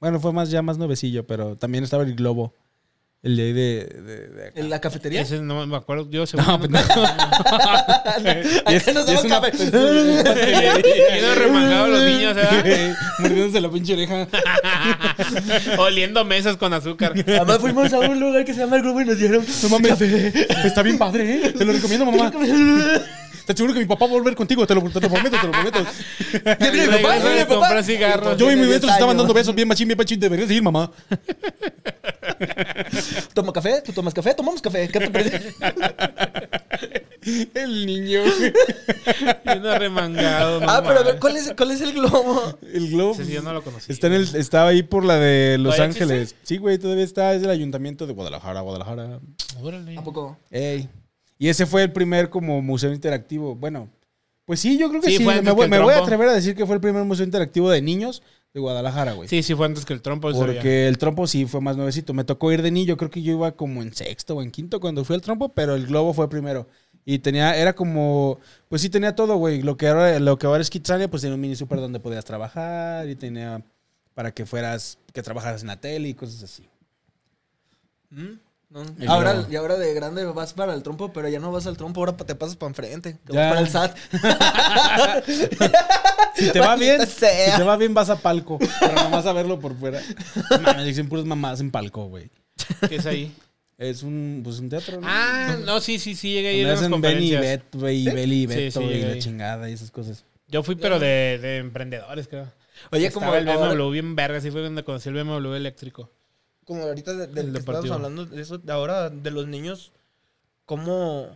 D: Bueno, fue más ya más nuevecillo, pero también estaba el globo. El de ahí de. de- de-
C: ¿En la cafetería?
A: Ese no me acuerdo. Yo según yo no,
C: Acá nos daban
D: una
C: café.
A: Quedan remangados los niños, ¿eh? ¿verdad?
D: Mordiéndose la pinche oreja.
A: Oliendo mesas con azúcar.
C: Además fuimos a un lugar que se llama El Globo y nos dieron...
D: No mames, está bien padre, ¿eh? Te lo recomiendo, mamá. Te aseguro que mi papá va a volver contigo. Te lo, te lo prometo, te lo prometo.
C: Ya viene mi
A: Regreso
C: papá, ya viene
A: de
C: mi papá.
A: comprar cigarros.
D: Yo y mi
C: Tiene
D: maestro
C: 10
D: se estaban
C: años.
D: dando besos bien machín, bien machín. Deberías seguir, mamá.
C: ¿Toma café? ¿Tú tomas café? ¿Tomamos café? ¿Qué te parece?
D: El niño.
A: Yendo remangado. no
C: Ah, pero a ver,
A: mames.
C: ¿cuál es, cuál es el globo?
D: El globo.
A: Ese sí yo no lo conocí.
D: Está en el, estaba ahí por la de Los
A: ¿Todavía
D: Ángeles. Sí, güey, todavía está. Es el ayuntamiento de Guadalajara, Guadalajara.
A: Órale.
C: ¿A poco?
D: Ey. Y ese fue el primer como museo interactivo. Bueno, pues sí, yo creo que
A: Sí,
D: sí.
A: fue antes
D: Me, voy,
A: que el
D: me voy a
A: trompo.
D: atrever a decir que fue el primer museo interactivo de niños de Guadalajara, güey.
A: Sí, sí, fue antes que el trompo. eso ya.
D: Porque el trompo sí fue más nuevecito. Me tocó ir de niño. Creo que yo iba como en sexto o en quinto cuando fui al trompo, pero el globo fue primero. Y tenía, era como, pues sí tenía todo, güey. Lo que ahora, lo que ahora es Kitsania, pues tenía un mini super donde podías trabajar y tenía para que fueras, que trabajaras en la tele y cosas así.
A: ¿Mm?
C: No.
D: El
C: Ahora,
D: globo.
C: y ahora de grande vas para el trompo, pero ya no vas al trompo, ahora pa- te pasas para enfrente. Te
D: Ya.
C: vas para el SAT.
D: Si te va bien,
C: Maldita sea.
D: si te va bien vas a palco, pero nomás a verlo por fuera. Mames, dicen puras mamás en palco, güey.
A: ¿Qué es ahí?
D: Es un, pues un teatro, ¿no?
A: Ah, no, sí, sí, sí, llegué a ir
D: Donde
A: a unas
D: hacen Benny y
A: conferencias.
D: Bet, güey, y Beli y
A: Sí,
D: Beto
A: sí,
D: y la
A: ahí.
D: chingada y esas cosas.
A: Yo fui, pero de, de emprendedores, creo.
C: Oye,
A: Estaba
C: como,
A: el
C: ahora-
A: BMW bien verga, así fue cuando conocí el BMW eléctrico.
C: como ahorita de, del
A: El
C: que
A: deportivo.
C: estamos hablando de eso, de ahora de los niños, ¿cómo,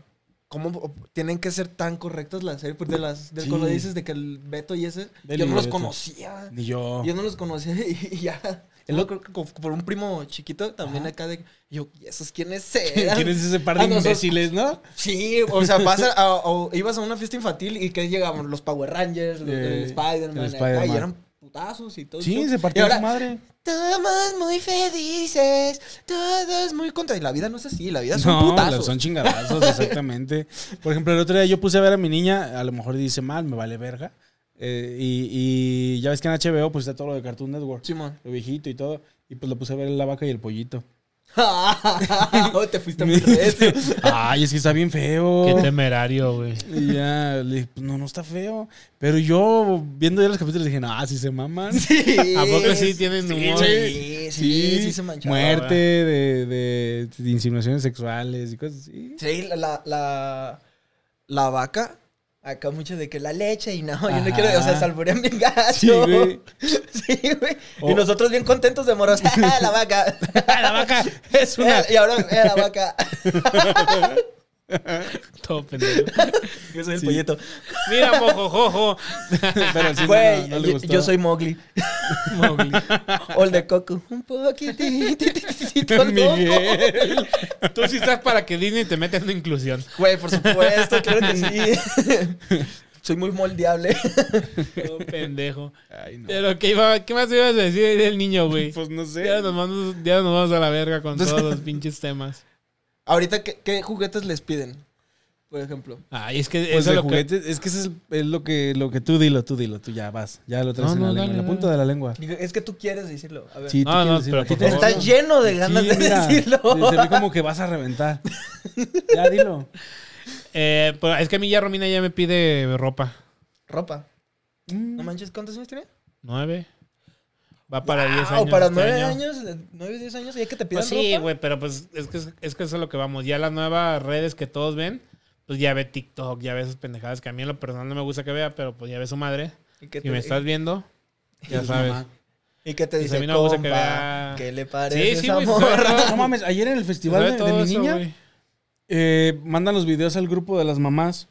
C: cómo tienen que ser tan correctas las series? Porque de las, del
D: Sí.
C: cuando dices de que el Beto y ese,
D: Del
C: yo
D: y
C: no los
D: Beto.
C: conocía.
D: Ni yo.
C: Yo no los conocía y, y ya. Es lo creo que co- por un primo chiquito también acá de. Yo, ¿y esos quiénes eran?
D: ¿Quién es ese par de
C: A Ah, nosotros-
D: imbéciles, no?
C: Sí, o sea, vas a- a- o ibas a una fiesta infantil y que llegaban los Power Rangers, los-
D: Eh,
C: el Spider-Man,
D: el
C: acá,
D: Spider-Man.
C: y eran putazos y todo. el
D: Sí,
C: show.
D: se
C: Y
D: partió
C: ahora,
D: su madre.
C: Todos muy felices, todos muy contra. Y la vida no es así, la vida son
D: No,
C: putazos.
D: son chingadazos, exactamente. Por ejemplo, el otro día yo puse a ver a mi niña, a lo mejor dice mal, me vale verga. Eh, y, y ya ves que en HBO pues está todo lo de Cartoon Network,
C: Simón.
D: lo viejito y todo. Y pues lo puse a ver la vaca y el pollito.
C: Oh, te fuiste muy recio.
D: Ay, es que está bien feo.
A: Qué temerario, güey.
D: Y ya, le dije, pues, no, no está feo. Pero yo, viendo ya los capítulos, dije, ah, sí se maman.
C: Sí.
A: ¿A poco sí tienen humor?
C: Sí, sí, sí, sí se mancharon.
D: Muerte de, de- de insinuaciones sexuales y cosas así.
C: Sí, la, la, la, la vaca. Acá mucho de que la leche y no, yo
D: Ajá.
C: no quiero, o sea, salvorean bien gacho.
D: Sí, güey.
C: Sí, güey.
D: O-
C: Y nosotros bien contentos de moros. Ah, la vaca.
D: la vaca es una...
C: Y ahora, eh, la vaca.
A: Todo pendejo.
C: Yo soy el
D: Sí.
C: pollito.
A: Mira, mojojojo.
D: Pero sí, no,
C: Güey,
D: no, no le
C: yo,
D: gustó.
C: yo soy Mowgli. O el de Coco. Un poquitito loco.
D: Miguel.
A: Tú sí estás para que Disney te meta en una inclusión.
C: Güey, por supuesto, claro que sí. Soy muy moldeable.
A: Todo pendejo.
D: Ay, no.
A: Pero, ¿qué, iba- qué más ibas a decir del niño, güey?
D: Pues no sé.
A: Ya nos, vamos, ya nos vamos a la verga con todos los pinches temas.
C: Ahorita, ¿qué, qué juguetes les piden? Por ejemplo.
A: Ay, es que
D: Pues
A: eso
D: de
A: es lo que...
D: juguetes, es que eso es, es lo que lo que tú dilo, tú dilo, tú ya vas, ya lo traes
A: No,
D: en
A: no,
D: la
A: dale,
D: lengua, en
A: dale.
D: la punta de la lengua.
C: Digo, Es que tú quieres decirlo. A ver.
D: Sí,
A: No, no,
D: decirlo,
A: pero por
D: te-
A: favor.
C: Está lleno de ganas
D: Sí,
C: de
D: mira,
C: decirlo.
D: Se ve como que vas a reventar. Ya dilo.
A: Eh, pero es que a mí ya Romina ya me pide ropa.
C: Ropa. No manches, ¿cuántos años tiene?
A: ¿Nueve? Va para diez
C: Ah,
A: años.
C: o para
A: este
C: nueve
A: año.
C: años, nueve, diez años, ya que te pidan
A: Pues sí,
C: ropa?
A: güey, pero pues es que, es que eso es lo que vamos. Ya las nuevas redes que todos ven, pues ya ve TikTok, ya ve esas pendejadas que a mí en lo personal no me gusta que vea, pero pues ya ve su madre.
C: ¿Y qué
A: Si me estás viendo, ya
D: Su
A: sabes.
D: mamá.
C: y qué te
A: pues a
C: dice,
A: mí no me gusta que
C: compa,
A: vea-
C: ¿qué le
A: Sí,
C: parece
A: sí,
C: esa
A: güey.
C: morra?
D: No mames, ayer en el festival de, de mi niña eh, mandan los videos al grupo de las mamás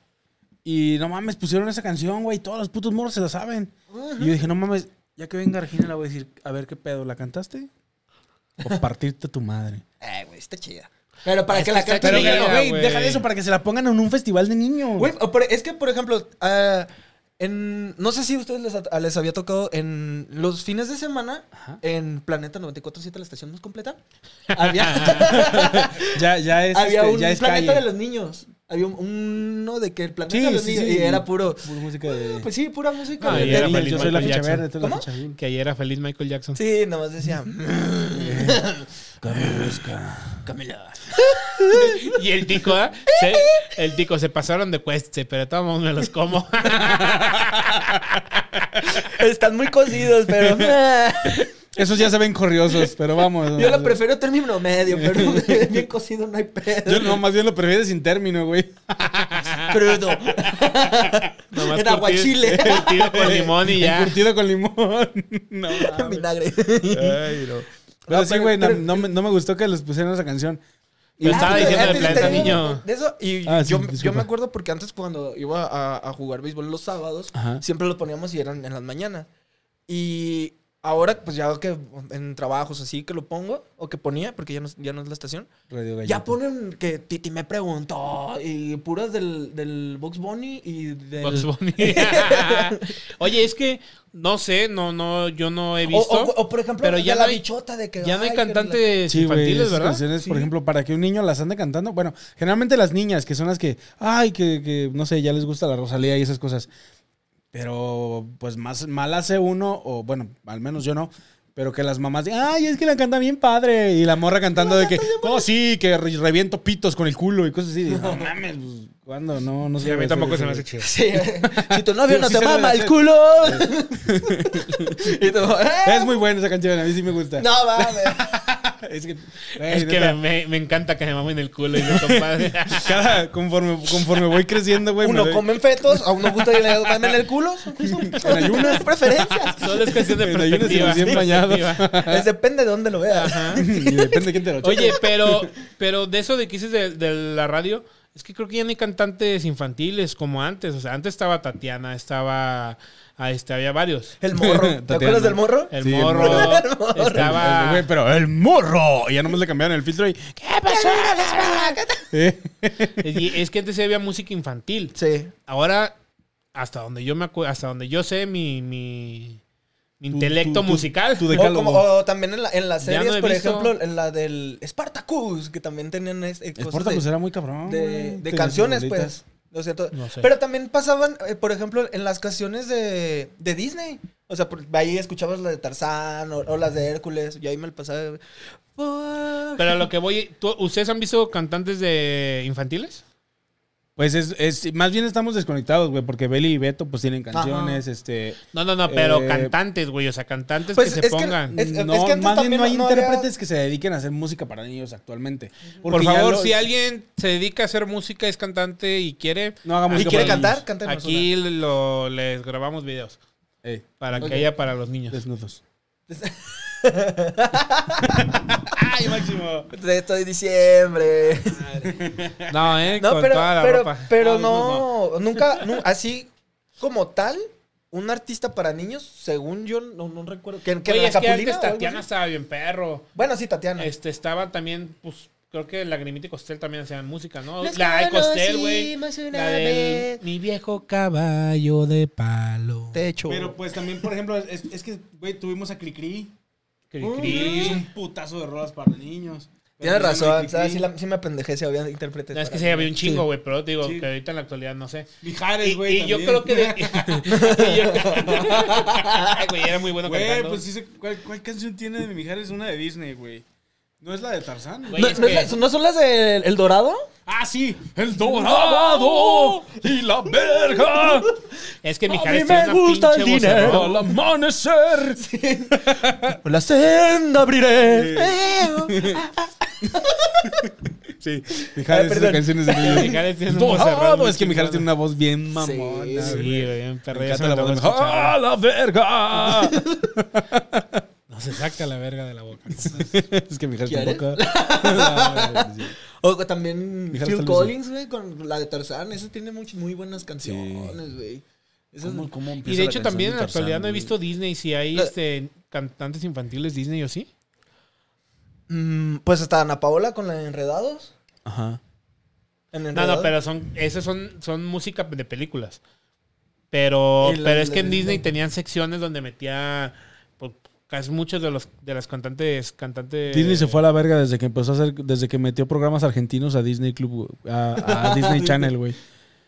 D: y no mames, pusieron esa canción, güey, todos los putos morros se la saben. Y yo dije, no mames, ya que venga Regina la voy a decir, a ver qué pedo, ¿la cantaste?
B: O partirte tu madre.
C: Eh, güey, está chida. Pero para
A: Es
C: que
A: que
C: la
A: está
C: canten
A: Pero,
B: Pero,
C: bien,
A: chida, güey,
C: güey.
B: güey, deja de eso para que se la pongan en un festival de niños.
C: Güey, o por- es que, por ejemplo, ah, en, no sé si a ustedes les, a- les había tocado en los fines de semana, en Planeta 947, la estación más completa, había,
B: ya, ya es,
C: había
B: este,
C: un
B: ya es
C: planeta
B: calle.
C: de los niños. Había un- uno de que el planeta
B: Sí,
C: de los
B: sí,
C: niños
B: sí. Ah,
C: y era puro.
B: Puro música de...
C: Pues sí, pura música.
A: No,
C: de-
A: y
B: de
A: era
B: niños,
A: feliz
B: yo soy la
A: Michael
B: ficha
A: Jackson.
B: verde, tú eres la
C: ¿Cómo?
B: ficha azul.
A: Que ayer era feliz Michael Jackson.
C: Sí, nada más decía. "Mm". Camila.
A: Y el tico, ¿eh? Se- el tico, se pasaron de cueste, pero todos me los como.
C: Están muy cocidos, pero. "Mm".
B: Esos ya se ven corriosos, pero vamos.
C: Yo la prefiero término medio, pero bien cocido no hay pedo.
B: Yo no, más bien lo prefiero sin término, güey.
C: Crudo.
A: Nomás
C: En aguachile.
A: curtido- curtido con limón y ya.
B: Curtido con limón. No,
C: En
B: mames.
C: vinagre.
B: Ay, no. Pero
C: No,
B: sí,
C: pero-
B: güey, no,
C: pero-
B: no me, no me gustó que les pusieran esa canción.
A: Pero estaba
C: Ah,
A: diciendo
C: antes
A: del planeta
C: te digo
A: niño.
C: De eso, y
B: Ah, sí,
C: yo,
B: disculpa.
C: yo me acuerdo porque antes cuando iba a, a jugar béisbol los sábados,
B: Ajá.
C: siempre lo poníamos y eran en las mañanas. Y ahora, pues ya que en trabajos así que lo pongo, o que ponía, porque ya no, es- ya no es la estación,
B: Radio
C: ya
B: Galleta.
C: ponen que Titi me preguntó, y puras del, del Box Bunny y del...
A: Bugs Bunny. Oye, es que no sé, no, no, yo no he
C: O,
A: visto.
C: o- o, por ejemplo,
A: pero
C: de
A: ya
C: la
A: no hay-
C: bichota de que...
A: ya no hay
C: ay, que la-
A: cantantes
B: Sí, güey,
A: infantiles,
B: esas
A: ¿verdad?
B: canciones, por ejemplo, para que un niño las ande cantando. Bueno, generalmente las niñas, que son las que, ay, que, que, no sé, ya les gusta la Rosalía y esas cosas. Pero, pues, más mal hace uno, o bueno, al menos yo no, pero que las mamás digan, ay, es que la canta bien padre. Y la morra cantando de que, oh, sí, que re- reviento pitos con el culo y cosas así. No mames, pues, ¿cuándo? No, no sé.
A: Sí, a mí tampoco se me hace chido.
C: Sí, si tu novio
B: Yo
C: no
B: sí
C: te
B: sé de
C: mama
B: la
C: el
B: serie.
C: culo. y tú, "Eh,
B: Es muy buena esa canción, a mí sí me gusta.
C: No mames.
B: Es que, güey,
A: Es que
B: neta,
A: me, me- me encanta que me mamen el culo y me compadre.
B: cada- conforme, conforme voy creciendo, güey. me
C: Uno
B: doy-
C: come en fetos, a uno gusta y le mamen el culo. Son, son- son
B: ayunas.
C: preferencias.
A: Solo es cuestión de
B: En ayunas y
A: perspectiva.
B: recién bañado.
A: perspectiva.
C: Es depende de dónde lo veas.
B: Y depende de quién te lo choque.
A: Oye, pero, pero de eso de que dices de, de la radio, es que creo que ya no hay cantantes infantiles como antes. O sea, antes estaba Tatiana, estaba. ah, este, había varios.
C: El morro. ¿Te
B: Tatiana.
C: acuerdas del morro?
A: El
B: Sí, el
A: morro.
C: morro. El morro.
B: El-
A: Estaba.
B: güey, pero el morro. Y ya nomás le cambiaron el filtro y. ¿Qué pasó? Eh,
A: y Es que antes sí había música infantil.
C: Sí.
A: Ahora, hasta donde yo me acu- hasta donde yo sé, mi, mi, mi
B: Tu-
A: intelecto
B: tu- tu-
A: musical.
B: tu
C: O,
B: decálogo.
C: como- o también en, la- en las
A: Ya
C: series,
A: no he
C: por
A: visto.
C: ejemplo, en la del Spartacus, que también tenían es- eh,
B: El
C: cosas
B: Portacus
C: de-
B: era muy cabrón. güey.
C: de, de
B: Tenía
C: canciones,
B: sus bolitas.
C: pues. Lo siento.
A: No sé.
C: Pero también pasaban, eh, por ejemplo, en las canciones de, de Disney. O sea, por- ahí escuchabas la de Tarzán o, o las de Hércules. Y ahí me la pasaba.
A: Pero a lo que voy, ¿tú- ¿ustedes han visto cantantes de infantiles?
B: Pues es, es- más bien estamos desconectados, güey, porque Beli y Beto pues tienen canciones, este...
A: No, no, no, pero
B: Eh,
A: cantantes, güey, o sea, cantantes
C: pues,
A: que
C: es
A: se
C: que-
A: pongan.
C: Es- es
B: no,
C: que antes
B: más bien
C: también
B: no hay
C: no había-
B: intérpretes que se dediquen a hacer música para niños actualmente.
A: Por
B: Porque ya
A: favor,
B: los-
A: si alguien se dedica a hacer música, es cantante y quiere,
B: No haga
C: ¿Y
B: música
C: quiere
B: para niños.
C: cantar? Cántenos
A: aquí lo, les grabamos videos
B: Ey, Pues
A: para
C: Ok.
A: que haya para los niños.
B: desnudos.
A: ¡Ay, máximo!
C: una. De esto de diciembre.
A: No, ¿eh?
C: No,
A: Con
C: pero,
A: toda la
C: pero,
A: ropa.
C: pero
A: Ah, No,
C: no, nunca, nu- así como tal, un artista para niños, según yo, no, no recuerdo. Que, que
A: Oye,
C: la
A: es que
C: Capulina
A: antes
C: o algo
A: Tatiana
C: así.
A: estaba bien perro.
C: Bueno, sí, Tatiana.
A: Este, estaba también, pues, creo que Lagrimita y Costel también hacían música, ¿no?
C: Nos
A: la de Costel, güey.
C: conocimos una
A: La del
C: vez.
A: Mi viejo caballo de palo.
C: Techo.
B: pues también, por ejemplo, es, que, güey, tuvimos a Cricri.
A: Cri,
C: Uh,
A: cri.
B: Hizo un putazo de rolas para niños.
C: Tienes razón, ¿sabes? Sí, la- sí me apendejé si había intérpretes.
A: No, es que
C: para
A: se había
C: mí.
A: un chingo, güey, pero te digo
B: Sí.
A: que ahorita en la actualidad no sé.
B: Mijares,
A: Y,
B: güey.
A: y yo creo
B: también.
A: que. de- y yo- Ay, güey, era muy bueno
B: Güey,
A: cantando.
B: pues sí, sé- ¿cuál, cuál canción tiene de Mijares? Una de Disney, güey. No es la de Tarzán.
A: Güey.
C: ¿No,
A: es
C: no es
A: que-
C: la- ¿no son las del El Dorado?
B: Ah, sí. El dorado y la verga.
A: Es que
C: A mí
A: Mijares tiene
C: me
A: una
C: gusta el
A: pinche vocerrón.
C: dinero.
B: Al amanecer.
C: La senda abriré. Eh,
B: Sí,
C: Ay,
B: Mijares,
C: perdón.
B: esas canciones de Mijares.
A: Mijares tiene
B: El
A: un vocerrón.
B: dorado.
A: muy
B: Es que Mijares tiene
A: chingón.
B: una voz bien mamona.
A: Sí,
B: güey.
A: güey, bien perro.
B: Me
A: ya se
B: encanta la
A: me
B: voz.
A: tocó escucharla.
B: ¡Ah, la verga!
A: No se saca la verga de la boca.
B: es que Mijares
C: ¿Quieres?
B: tampoco. Ah, sí.
C: O también
B: Mijares tal vez
C: Phil
B: no.
C: Collins, güey, con la de Tarzán. Esa tiene much- muy buenas canciones, güey. Esa es-
A: Y de hecho también en la actualidad no he visto Disney. Si hay este, cantantes infantiles Disney o sí.
C: Mm, pues hasta Ana Paola con la de Enredados.
D: Ajá.
C: En
A: No,
C: Enredados.
A: no, pero son, esas son, son música de películas. Pero,
C: Y la-
A: pero es
C: la-
A: que en
C: la-
A: Disney tenían secciones donde metía pues, casi muchos de los de las cantantes, cantantes.
D: Disney se fue a la verga desde que empezó a hacer, desde que metió programas argentinos a Disney Club, güey, a, a Disney Channel, güey.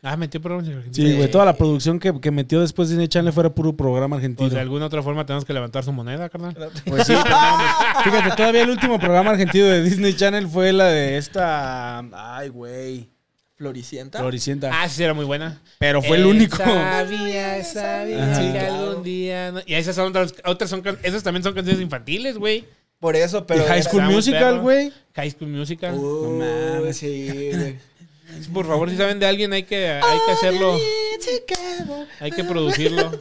A: Ah, metió programas de Argentina.
D: Sí, güey, toda la producción que, que metió después Disney Channel fuera puro programa argentino.
A: Pues de alguna otra forma tenemos que levantar su moneda, carnal.
D: Pues sí, pero no, güey. fíjate, todavía el último programa argentino de Disney Channel fue la de esta, ay, güey,
C: Floricienta.
D: Floricienta.
A: Ah, sí, era muy buena.
D: Pero fue el
A: Él
D: único.
A: Sabía, sabía
D: Ajá.
A: que algún día. no- Y esas son otras, otras son, can- esas también son canciones infantiles, güey.
C: Por eso,
D: Y
C: pero.
D: High School
A: Era muy
D: Musical,
A: perro.
D: güey.
A: High School Musical.
C: Uy,
D: No mames.
C: sí, güey.
A: Por favor, si saben de alguien, hay que, hay que hacerlo. Hay que producirlo.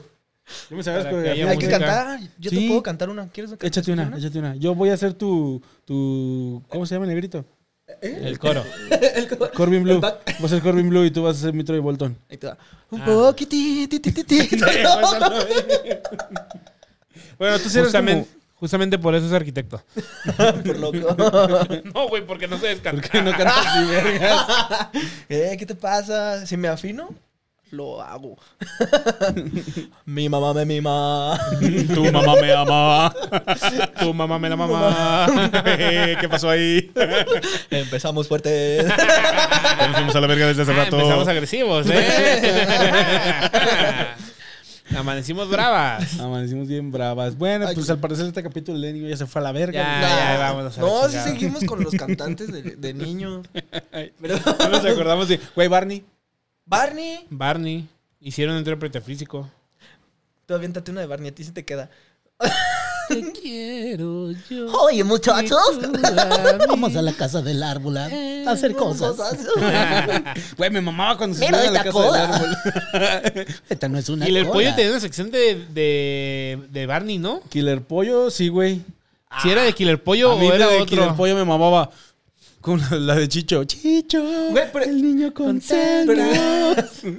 D: Yo me
A: sabes, güey.
C: Hay que
A: música.
C: cantar. Yo
D: Sí.
C: te puedo cantar una. ¿Quieres cantar?
D: Échate una, échate una. Yo voy a hacer tu, tu, ¿cómo se llama el negrito?
A: El coro.
D: Corbin Blue.
C: Pues, El
D: Vas
C: back.
D: a ser Corbin Blue y tú vas a ser Mitro y Bolton.
C: Ahí te va. Un poquititititito.
A: pues, bueno, tú sí eres
D: Justamente-
A: justamente, justamente por eso es arquitecto.
C: Por loco.
A: No, güey, porque no se descarga.
D: Que no cantas ni vergas.
C: Eh, ¿Qué te pasa? Si me afino, lo hago. mi mamá me mima.
A: Tu mamá me amaba. Tu mamá me la mamá. ¿Qué pasó ahí?
C: Empezamos fuerte.
A: Nos fuimos a la verga
D: Ah,
A: desde hace rato. Ah, Empezamos agresivos, ¿eh? Amanecimos bravas.
D: Amanecimos bien bravas. Bueno,
C: Ay,
D: pues
C: qué-
D: al parecer este capítulo de Lenny ya se fue a la
A: Ya,
D: verga.
A: ya, vámonos a la
C: No, sí
A: chingada.
C: seguimos con los cantantes de, de niño. Pero-
D: No nos acordamos de, güey, Barney.
C: Barney.
A: Barney. Hicieron un intérprete físico.
C: Tú aviéntate una de Barney, a ti sí te queda.
A: Te quiero yo.
E: Oye, muchachos, vamos a la casa del árbol a hacer cosas.
D: Güey, me mamaba cuando se
E: Mira
D: subían a la
E: esta
D: casa del
E: cola.
D: árbol.
E: Esta no es una
A: Y el pollo
E: cola.
A: tenía una sección de, de, de Barney, ¿no?
D: Killer Pollo, sí, güey.
A: Si era de Killer Pollo
D: Ah, A mí
A: o era
D: la de Killer
A: otro.
D: Pollo me mamaba. Con la, la de Chicho. Chicho.
C: Güey, pero-
D: el niño con
C: Pero-
D: cena. ya se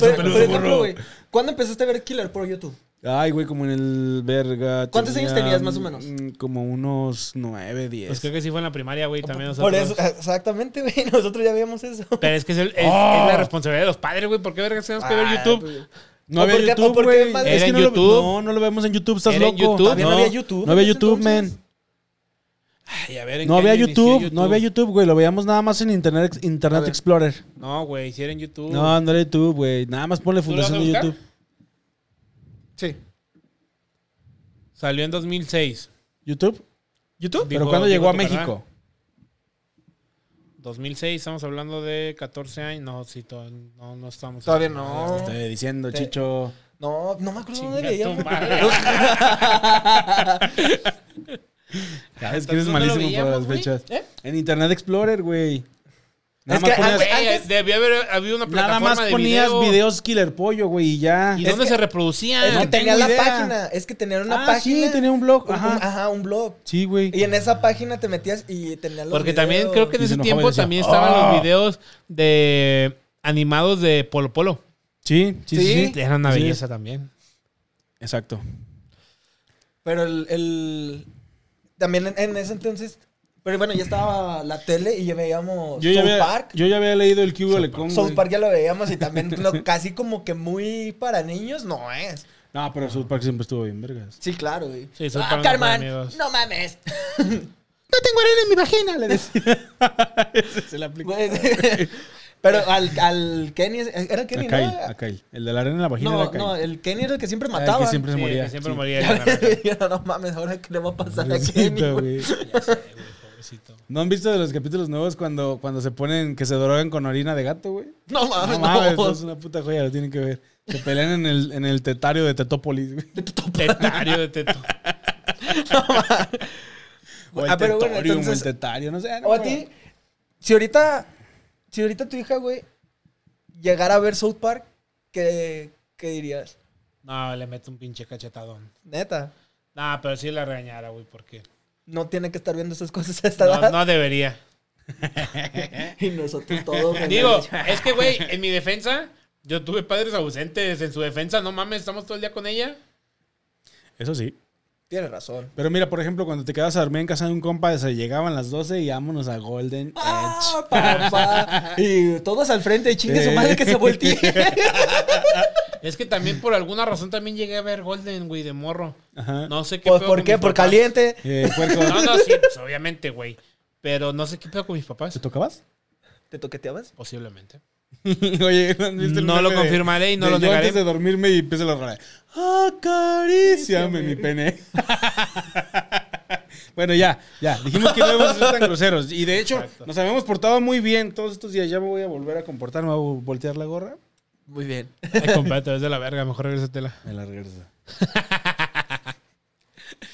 C: Pero,
D: peludo,
C: por ejemplo,
D: burro.
C: güey, ¿Cuándo empezaste a ver Killer por YouTube?
D: Ay, güey, como en el verga.
C: ¿Cuántos años tenías, más o menos?
D: mm, Como unos nueve, diez.
A: Pues creo que sí fue en la primaria, güey, también
C: Por
A: nosotros.
C: eso, exactamente, güey. Nosotros ya veíamos eso.
A: Pero es que es, el- es-
D: ¡Oh!
A: es la responsabilidad de los padres, güey. ¿Por qué vergas tenemos que ver
C: Ah,
A: YouTube?
C: pues,
D: No
C: ¿O
D: había
C: por qué- o
D: YouTube,
C: por qué
D: güey.
C: madre?
A: ¿Era
D: que
A: en
D: no lo-
A: YouTube?
D: no, no lo vemos en YouTube, estás
A: ¿Era
D: loco.
A: en YouTube?
D: Todavía no,
C: No.
D: había YouTube. No había
C: en ese
D: YouTube,
C: entonces.
D: man.
A: Ay, a ver, ¿en
D: No
A: qué
D: había
A: año inició
D: YouTube, no había YouTube, güey. Lo veíamos nada más en Internet,
C: A
D: Internet
C: ver.
D: Explorer.
A: No, güey, si era en YouTube.
D: No, no era YouTube, güey. Nada más ponle
A: Uh. ¿Tú lo vas a
D: fundación de
A: buscar?
D: YouTube.
C: Sí.
A: Salió en 2006.
D: ¿YouTube?
C: ¿YouTube?
D: ¿Pero
A: Dijo-
D: cuándo
A: dijo
D: llegó a
A: tu
D: México?
A: 2006, estamos hablando de 14 años. No, sí, to- no, no estamos.
C: Todavía no.
D: Te estoy diciendo,
C: Sí.
D: Chicho.
C: No, no me acuerdo
A: Chinga
C: dónde
A: tu
C: veíamos.
A: madre.
D: Sabes que
A: Entonces
D: eres
A: no lo
D: malísimo
A: veíamos,
D: para las
A: güey.
D: fechas.
C: ¿Eh?
D: En Internet Explorer, güey. Nada
C: Es
D: más
C: que
D: ponías,
A: Güey,
C: Antes-
A: debía haber habido una
D: nada
A: plataforma
D: más
A: de
D: ponías
A: video.
D: videos Killer Pollo, güey, y ya.
A: ¿Y
D: Es-
A: dónde se reproducían?
C: Es que
D: no
C: tenía
D: tengo
C: la
D: idea.
C: página. Es que tenía una
D: Ah, sí,
C: página.
D: tenía un blog,
C: un-
D: ajá.
C: ajá, un blog.
D: Sí, güey.
C: Y en esa página te metías y tenías los
A: Porque también
C: videos.
A: creo que en
D: Y
A: ese
D: se enojaba y
A: tiempo
D: decía,
A: también estaban
D: "Ah".
A: los videos de animados de Polo Polo.
D: Sí, sí, sí. sí.
A: Era una
D: Sí.
A: belleza también.
D: Exacto.
C: Pero el... el- También en, en ese entonces... Pero bueno, ya estaba la tele y ya veíamos
D: Yo
C: South
D: ya, había,
C: Park.
D: yo ya había leído el Cubo Lecón.
C: South Park ya lo veíamos y también no, casi como que muy para niños no es.
D: No, pero South Park siempre estuvo bien, vergas.
C: Sí, claro, güey.
A: Sí, son
E: Ah,
A: para
E: Carmen,
A: amigos.
E: no mames.
D: No tengo arena en mi vagina, le decía. Se la aplicó.
C: Güey, Pero al, al Kenny... ¿Era Kenny,
D: A Kyle,
C: no?
D: a Kyle. El de la arena en la vagina
C: No,
D: era Kyle.
C: no, el Kenny era el que siempre
D: que
C: mataba.
D: siempre
A: Sí,
D: se moría.
A: que siempre
D: sí.
A: moría. de la garganta.
C: no, no mames, ahora qué le va a pasar a Kenny.
D: Pobrecito,
C: güey?
D: güey.
A: Ya sé, güey, pobrecito.
D: ¿No han visto de los capítulos nuevos cuando, cuando se ponen que se drogan con orina de gato, güey?
C: No mames,
D: No
C: no.
D: mames, eso es una puta joya, lo tienen que ver. Se pelean en el, en el tetario de Tetópolis, güey.
A: Tetario de teto.
D: O el
C: Ah, pero
D: tetorium,
C: bueno,
D: o el
C: entonces-
D: tetario, no sé. no
C: O a
D: me
C: ti,
D: acuerdo.
C: si ahorita, si ahorita tu hija, güey, llegara a ver South Park, ¿qué, qué dirías?
A: No, le meto un pinche cachetadón.
C: Neta,
A: No, pero sí la regañara, güey, porque
C: no tiene que estar viendo esas cosas a esta
A: no,
C: edad.
A: no debería.
C: Y nosotros todos. güey,
A: Digo,
C: güey.
A: es que, güey, en mi defensa, yo tuve padres ausentes. En su defensa, no mames, estamos todo el día con ella.
D: Eso sí.
C: Tienes razón.
B: Pero mira, por ejemplo, cuando te quedas a dormir en casa de un compa, se llegaban las 12 y vámonos a Golden Edge.
C: Ah, papá. Y todos al frente y chingue su madre que se voltee.
A: Es que también por alguna razón también llegué a ver Golden, güey, de morro.
B: Ajá.
A: No sé qué
C: Pues,
A: pedo
C: ¿Por
A: con
C: qué?
A: mis
C: ¿Por
A: papás.
C: caliente?
B: Eh, puerco,
A: No, no, sí, pues obviamente, güey. Pero no sé qué pedo con mis
B: ¿te
A: papás.
B: tocabas?
C: ¿Te toqueteabas?
A: Posiblemente.
B: Oye, ¿no, has visto el
A: No lo
B: meme este de-
A: confirmaré y no
B: de
A: lo
B: yo
A: negaré.
B: Antes de dormirme y empiezo la rara. Acaríciame mi pene. bueno, ya, ya. Dijimos que no íbamos a ser tan groseros. Y de hecho, nos habíamos portado muy bien todos estos días. Ya me voy a volver a comportar, me voy a voltear la gorra.
C: Muy bien.
A: Ay, compadre, te ves de la verga, mejor regresatela.
B: Me la regreso.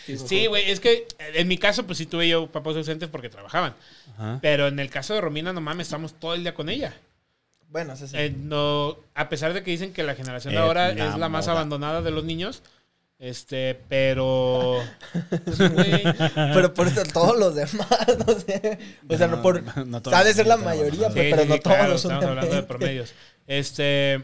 A: Sí, güey, es que en mi caso, pues sí tuve yo papás ausentes porque trabajaban.
B: Ajá.
A: Pero en el caso de Romina, no mames, estamos todo el día con ella.
C: Bueno, eso sí.
A: Eh, no, a pesar de que dicen que la generación de
B: Eh,
A: ahora
B: la
A: es la más
B: moda.
A: abandonada de los niños, este, pero. pues, Güey,
C: Pero por eso todos los demás, no sé. O sea, no por.
B: No, no todos
C: ha de ser la
B: los demás,
C: mayoría,
B: no
C: pues,
A: Sí,
C: pero
A: sí,
C: no
A: sí,
C: todos
A: claro,
C: los
A: Estamos hablando de
C: obviamente.
A: promedios. Este,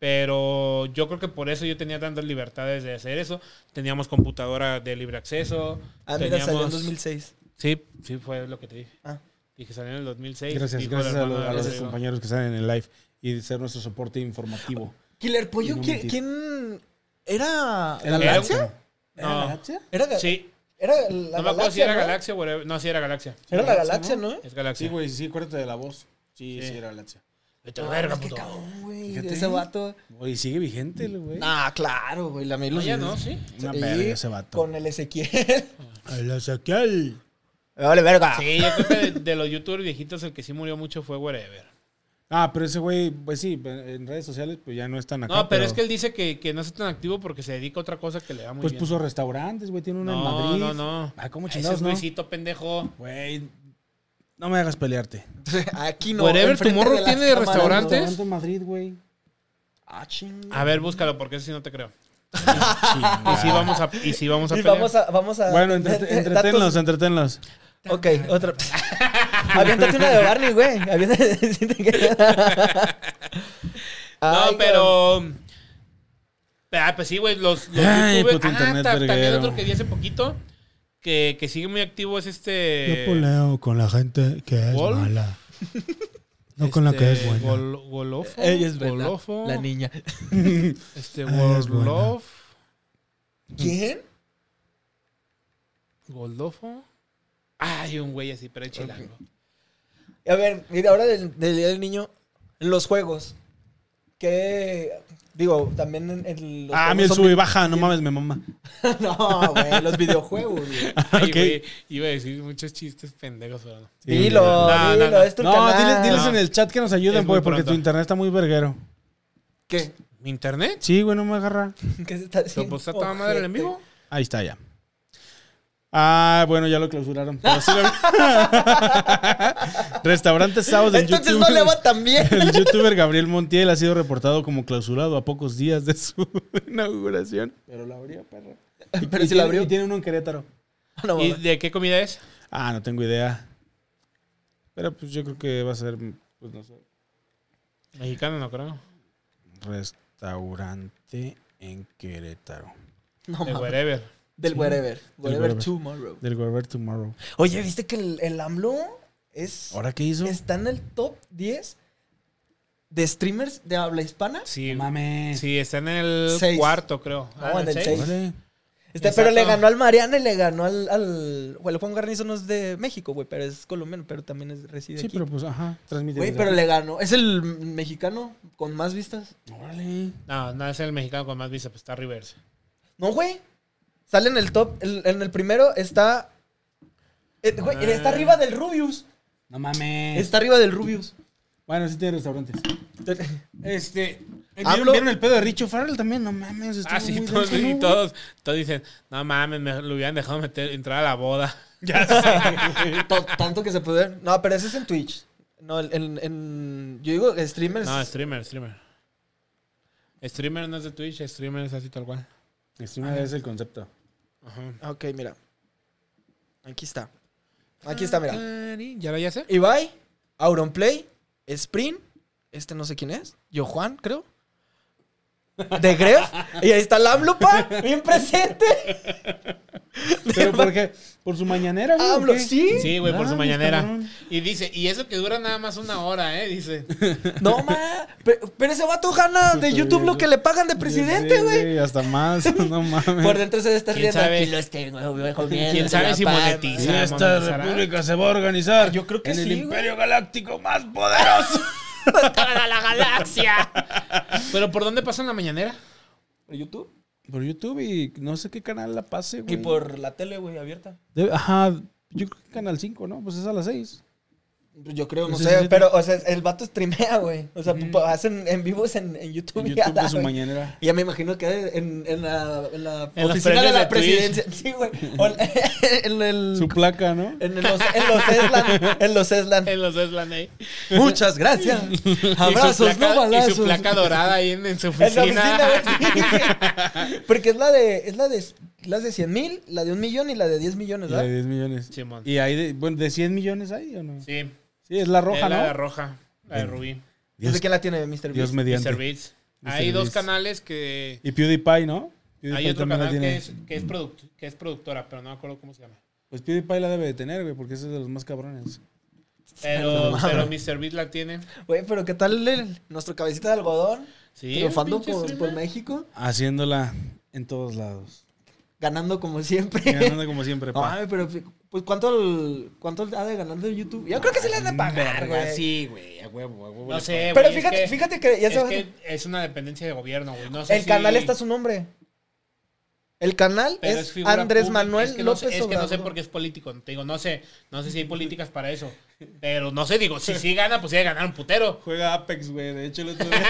A: pero yo creo que por eso yo tenía tantas libertades de hacer eso. Teníamos computadora de libre acceso.
C: Ah, mira, salió en
A: teníamos-
C: 2006.
A: Sí, sí, fue lo que te dije.
C: Ah.
A: Dije, salió en el 2006.
B: Gracias,
A: dijo el
B: gracias a
A: hermano
B: los,
A: de
B: a los
A: Rodrigo.
B: compañeros que están en el live y de ser nuestro soporte informativo.
C: Killer Pollo,
B: No
C: ¿quién,
B: mentir.
C: quién era?
B: ¿Era
C: ¿La
A: Era-
C: Galaxia?
A: No.
C: Era, Ga-
A: Sí,
C: era la
A: no me acuerdo si
C: Galaxia.
A: era
C: ¿no?
A: Galaxia o whatever. No, sí era Galaxia.
C: Era la Galaxia, ¿no?
A: Es Galaxia.
B: Sí, güey, sí, acuérdate de la voz. Sí, sí,
A: Sí.
B: era Lazio.
A: Vete a la verga,
C: Es que
A: puto.
C: Ah, cabrón, güey.
B: Fíjate.
C: Ese vato.
B: Güey, sigue vigente, el güey.
C: Ah, claro, güey. La
A: No,
C: Milo.
A: Pues ya no, sí.
B: Una
C: Sí,
B: verga ese vato.
C: Con el Ezequiel.
B: El Ezequiel.
C: Me vale verga.
A: Sí, yo creo que de, de los youtubers viejitos el que sí murió mucho fue whatever.
B: Ah, pero ese güey, pues sí, en redes sociales pues ya no es tan acá.
A: No, pero, es que él dice que, que no es tan activo porque se dedica a otra cosa que le da muy
B: Pues
A: bien.
B: puso restaurantes, güey, tiene uno
A: no,
B: en Madrid.
A: no, no.
B: Ah, ¿cómo
A: Ese
B: chingados,
A: es
B: no?
A: Luisito, pendejo.
B: Güey, no me hagas pelearte.
C: Aquí no.
A: Whatever,
C: enfrente
A: tu morro
C: de las
A: tiene
C: cámaras,
A: restaurante.
B: Restaurante en Madrid, güey.
C: ¿no? Ah, ching.
A: A ver, búscalo porque eso sí no te creo.
B: Chingada.
A: Y sí vamos a, y sí vamos a
C: Y
A: pelear.
C: vamos a, vamos a.
B: Bueno, entrete-
C: datos-
B: entretenlos, entretenlos.
C: Ok, otra. Aviéntate una de Barney, güey. Aviéntate. si te queda. Ay,
A: No, pero. Ah, pues sí, güey. Los, los
B: Ay,
A: youtubers-
B: puto
A: Ah,
B: internet
A: ta- también
B: verguero.
A: otro que vi hace poquito. Que, que sigue muy activo es
D: Eh,
A: este.
E: con la gente que es
A: Wolf.
E: mala.
A: este, Gol- Golofo.
C: Ella es Brenda,
A: Golofo.
C: La niña.
A: Este,
E: Ella es buena.
A: Golofo.
C: ¿Quién?
A: Golofo. Ay, un güey así, pero es chilango.
C: A ver, mira, ahora del, del Día del Niño, los juegos. Que. Digo, también en, en los
B: Ah, a mí el
C: juegos
B: sube y
C: son
B: baja, no mames, me mama.
C: vi- No, güey, los videojuegos, güey.
A: Ay,
B: Ok.
A: güey. Iba a decir muchos chistes pendejos, pero no.
C: Dilo,
A: No, no,
C: dilo,
A: no.
C: es tu
B: No,
C: canal.
B: diles, diles
A: No.
B: en el chat que nos
A: Es
B: ayuden,
A: muy
B: güey, porque tu
A: pronto.
B: internet está muy verguero.
C: ¿Qué?
A: ¿Mi internet?
B: Sí, güey, no me agarra.
C: ¿Qué se está
A: ¿Lo
C: haciendo?
A: postaste a pues, toda madre el en vivo?
B: Ahí está ya. Ah, bueno, ya lo clausuraron. pero sí lo- Restaurante Saos en
C: Entonces
B: YouTube.
C: no le va tan bien.
B: El youtuber Gabriel Montiel ha sido reportado como clausurado a pocos días de su inauguración. Pero la abrió, perro.
C: Pero si la abrió.
B: Y tiene uno en Querétaro.
C: No,
A: ¿Y
C: mames.
A: de qué comida es?
B: Ah, no tengo idea. Pero pues yo creo que va a ser, pues no sé,
A: Mexicano, no creo.
B: restaurante en Querétaro.
C: No,
A: De
C: mames.
A: wherever.
C: Del
B: Sí.
C: wherever. Wherever
B: wherever.
C: tomorrow.
B: Del Gober Tomorrow.
C: Oye, ¿viste que el, el AMLO es,
B: ¿Ahora qué hizo?
C: está en el top 10 de streamers de habla hispana?
A: Sí,
B: No mames.
A: sí, está en el
C: Seis.
A: cuarto, creo. Ah,
C: No, en el
A: seis.
C: seis.
B: Órale.
C: Este,
A: Exacto.
C: pero le ganó al Mariana y le ganó al... al bueno, Juan Garnizo no es de México, güey, pero es colombiano, pero también es, reside
B: Sí,
C: aquí.
B: pero pues, ajá, transmite.
C: Güey,
B: desde
C: pero
B: aquí.
C: le ganó. Es el mexicano con más vistas.
B: Órale.
A: No, no es el mexicano con más visa, pues está Rivers.
C: No, güey. Sale en el top. el- en el primero está... eh, güey,
A: Ah.
C: está arriba del Rubius.
B: No mames.
C: Está arriba del Rubius.
B: Bueno, sí tiene restaurantes. Este. ¿Vieron,
C: Hablo-
B: vieron el pedo de Richo Farrell también? No mames. estuvo
A: Ah, sí,
B: muy
A: todos,
B: denso,
A: y
B: ¿no,
A: todos, todos dicen, no mames, me lo hubieran dejado meter, entrar a la boda.
C: To- tanto que se puede. No, pero ese es en Twitch. No, el- en, en- yo digo streamers.
A: No, streamer, streamer. Streamer no es de Twitch, streamer es así tal cual.
B: güey? Es una vez el concepto.
A: Ajá.
C: ok, mira. Aquí está. Aquí está, mira.
A: ¿Ya lo ya sé?
C: Ibai, Auronplay, Sprint, este no sé quién es, yo Juan, creo. De Gref, y ahí está Lamlupa, bien presente.
B: ¿Pero por qué? ¿Por su mañanera, güey? o
C: Hablo,
B: qué?
C: ¿sí?
A: Sí, güey, por su
B: Mames,
A: mañanera.
B: cabrón.
A: Y dice, y eso que dura nada más una hora, ¿eh? Dice.
C: No, ma. pe- Pero, ese vato gana
B: Puta,
C: de YouTube
B: güey.
C: lo que le pagan de
B: Sí,
C: presidente, güey.
B: sí, hasta más, no mames.
C: Por dentro se debe estar
A: ¿Quién
C: riendo.
A: sabe?
C: Aquí este, los tengo, viejo, bien,
A: ¿Quién sabe
C: la
A: si
B: Y
C: palma".
A: monetiza?
B: esta
A: monetizará?
B: república se va a ¿eh? organizar.
C: Yo creo que
B: en el
C: sí, güey.
B: imperio galáctico más poderoso.
A: ¡Toda la galaxia! ¿Pero por dónde pasa en la mañanera?
C: Por YouTube.
B: Por YouTube y no sé qué canal la pase, güey.
C: Y por la tele, güey, abierta.
B: Debe- Ajá, yo creo que canal 5, ¿no? Pues es a las 6.
C: Pues Yo creo, no
B: Sí,
C: sé,
B: sí, sí.
C: pero, o sea, el vato streamea, güey. O sea, pa- hacen en vivos en, en YouTube.
B: En
C: y a
B: YouTube
C: la-
B: de su mañanera.
C: Ya me imagino que en, en la, en la
A: En los
C: oficina de
A: premios
C: la
A: de Twitch.
C: presidencia. Sí, güey. O en- En el.
B: Su placa, ¿no?
C: En los, en los Eslan. En los Eslan.
A: En los Eslanay.
C: Muchas gracias. Abrazos, no
A: y
C: balazos.
A: su placa dorada ahí en, en su
C: En la
A: oficina.
C: oficina, güey, sí. Porque es la de. Es la de. Las de 100 mil, la de un millón y la de 10 millones,
B: La de
C: ¿verdad?
B: 10 millones.
A: Simón.
B: Y ahí, de, bueno, ¿de 100 millones hay o no? Sí,
A: Sí.
B: es la
A: Roja,
B: roja,
A: la
B: ¿no?
A: roja. La de Rubí.
C: No sé quién la tiene, Mr.
B: Dios
C: Beast.
A: Mr.
B: mediante.
A: Beats. Hay
B: Beats.
A: dos canales que...
B: Y PewDiePie, ¿no? PewDiePie
A: Hay otro
B: también la
A: canal que
B: tiene.
A: es, que, es product- que es productora, pero no me acuerdo cómo se llama.
B: Pues PewDiePie la debe de tener, güey, porque ese es de los más cabrones.
A: Pero, pero Mr. Beats la tiene.
C: Güey, pero ¿qué tal el- nuestro cabecita de algodón?
A: Sí.
C: triunfando
A: pinche
C: por, por
A: streamer.
C: México,
B: Haciéndola en todos lados.
C: ganando como siempre.
B: Y ganando como siempre,
C: No,
B: pa.
C: mames, pero pues cuánto el- cuánto ha de ganar de YouTube? Yo creo que sí le han de pagar,
B: Verga,
C: güey.
B: Sí, güey, a huevo, a huevo.
A: No sé,
C: Pero
A: güey, es
C: fíjate,
A: que-
C: fíjate que ya
A: es
C: sabes,
A: que es una dependencia de gobierno, güey. No sé
C: el
A: si-
C: canal está su nombre. El canal
A: pero
C: es,
A: figura
C: Andrés
A: pública.
C: Manuel
A: Es que no
C: López
A: sé- Es que no sé
C: Obrador.
A: por qué es político. Te digo, no sé. No sé si hay políticas para eso. Pero no sé, digo, si sí gana, pues sí debe ganar un putero.
B: Juega Apex, güey. De hecho, el otro día,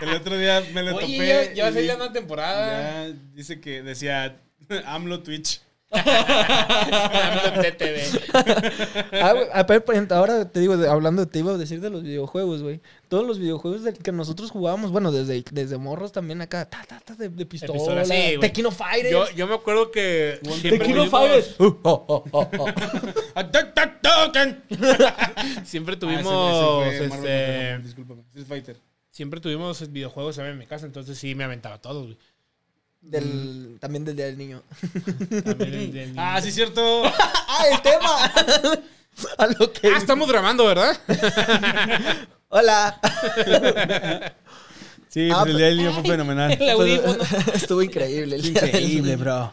B: el otro día me le
A: Oye,
B: topé.
A: yo, yo
B: y
A: hace
B: vi-
A: ya una temporada.
B: ya dice que decía AMLO Twitch.
A: Hablando en TTV.
C: Ah, güey, ah, pero, pues, ahora te digo, de- hablando, te iba a decir de los videojuegos, güey. Todos los videojuegos del que nosotros jugábamos, bueno, desde, desde morros también acá, ta, ta, ta, de, de pistola,
A: pistola, sí, güey.
C: Tequino Fighters.
A: Yo, yo me acuerdo que. siempre
C: Tequino
A: tuvimos-
C: Fighters. Uh, oh, oh, oh, oh.
A: Ah, Siempre
B: Ah,
A: tuvimos.
B: ese fue Marvel
A: este,
B: Marvel, Discúlpame. Street Fighter.
A: siempre tuvimos videojuegos ¿sabes? en mi casa, entonces sí me aventaba todos, güey.
C: Del, también del Día del Niño.
A: También el del-
B: Ah, sí, cierto.
C: ¡Ah, el tema! A lo que...
A: Ah, estamos grabando, ¿verdad?
C: Hola.
B: Sí,
C: Ah,
B: pues el día del niño fue fenomenal.
A: El audífono.
C: Pues, Estuvo increíble. el día del
B: Increíble,
C: niño.
B: bro.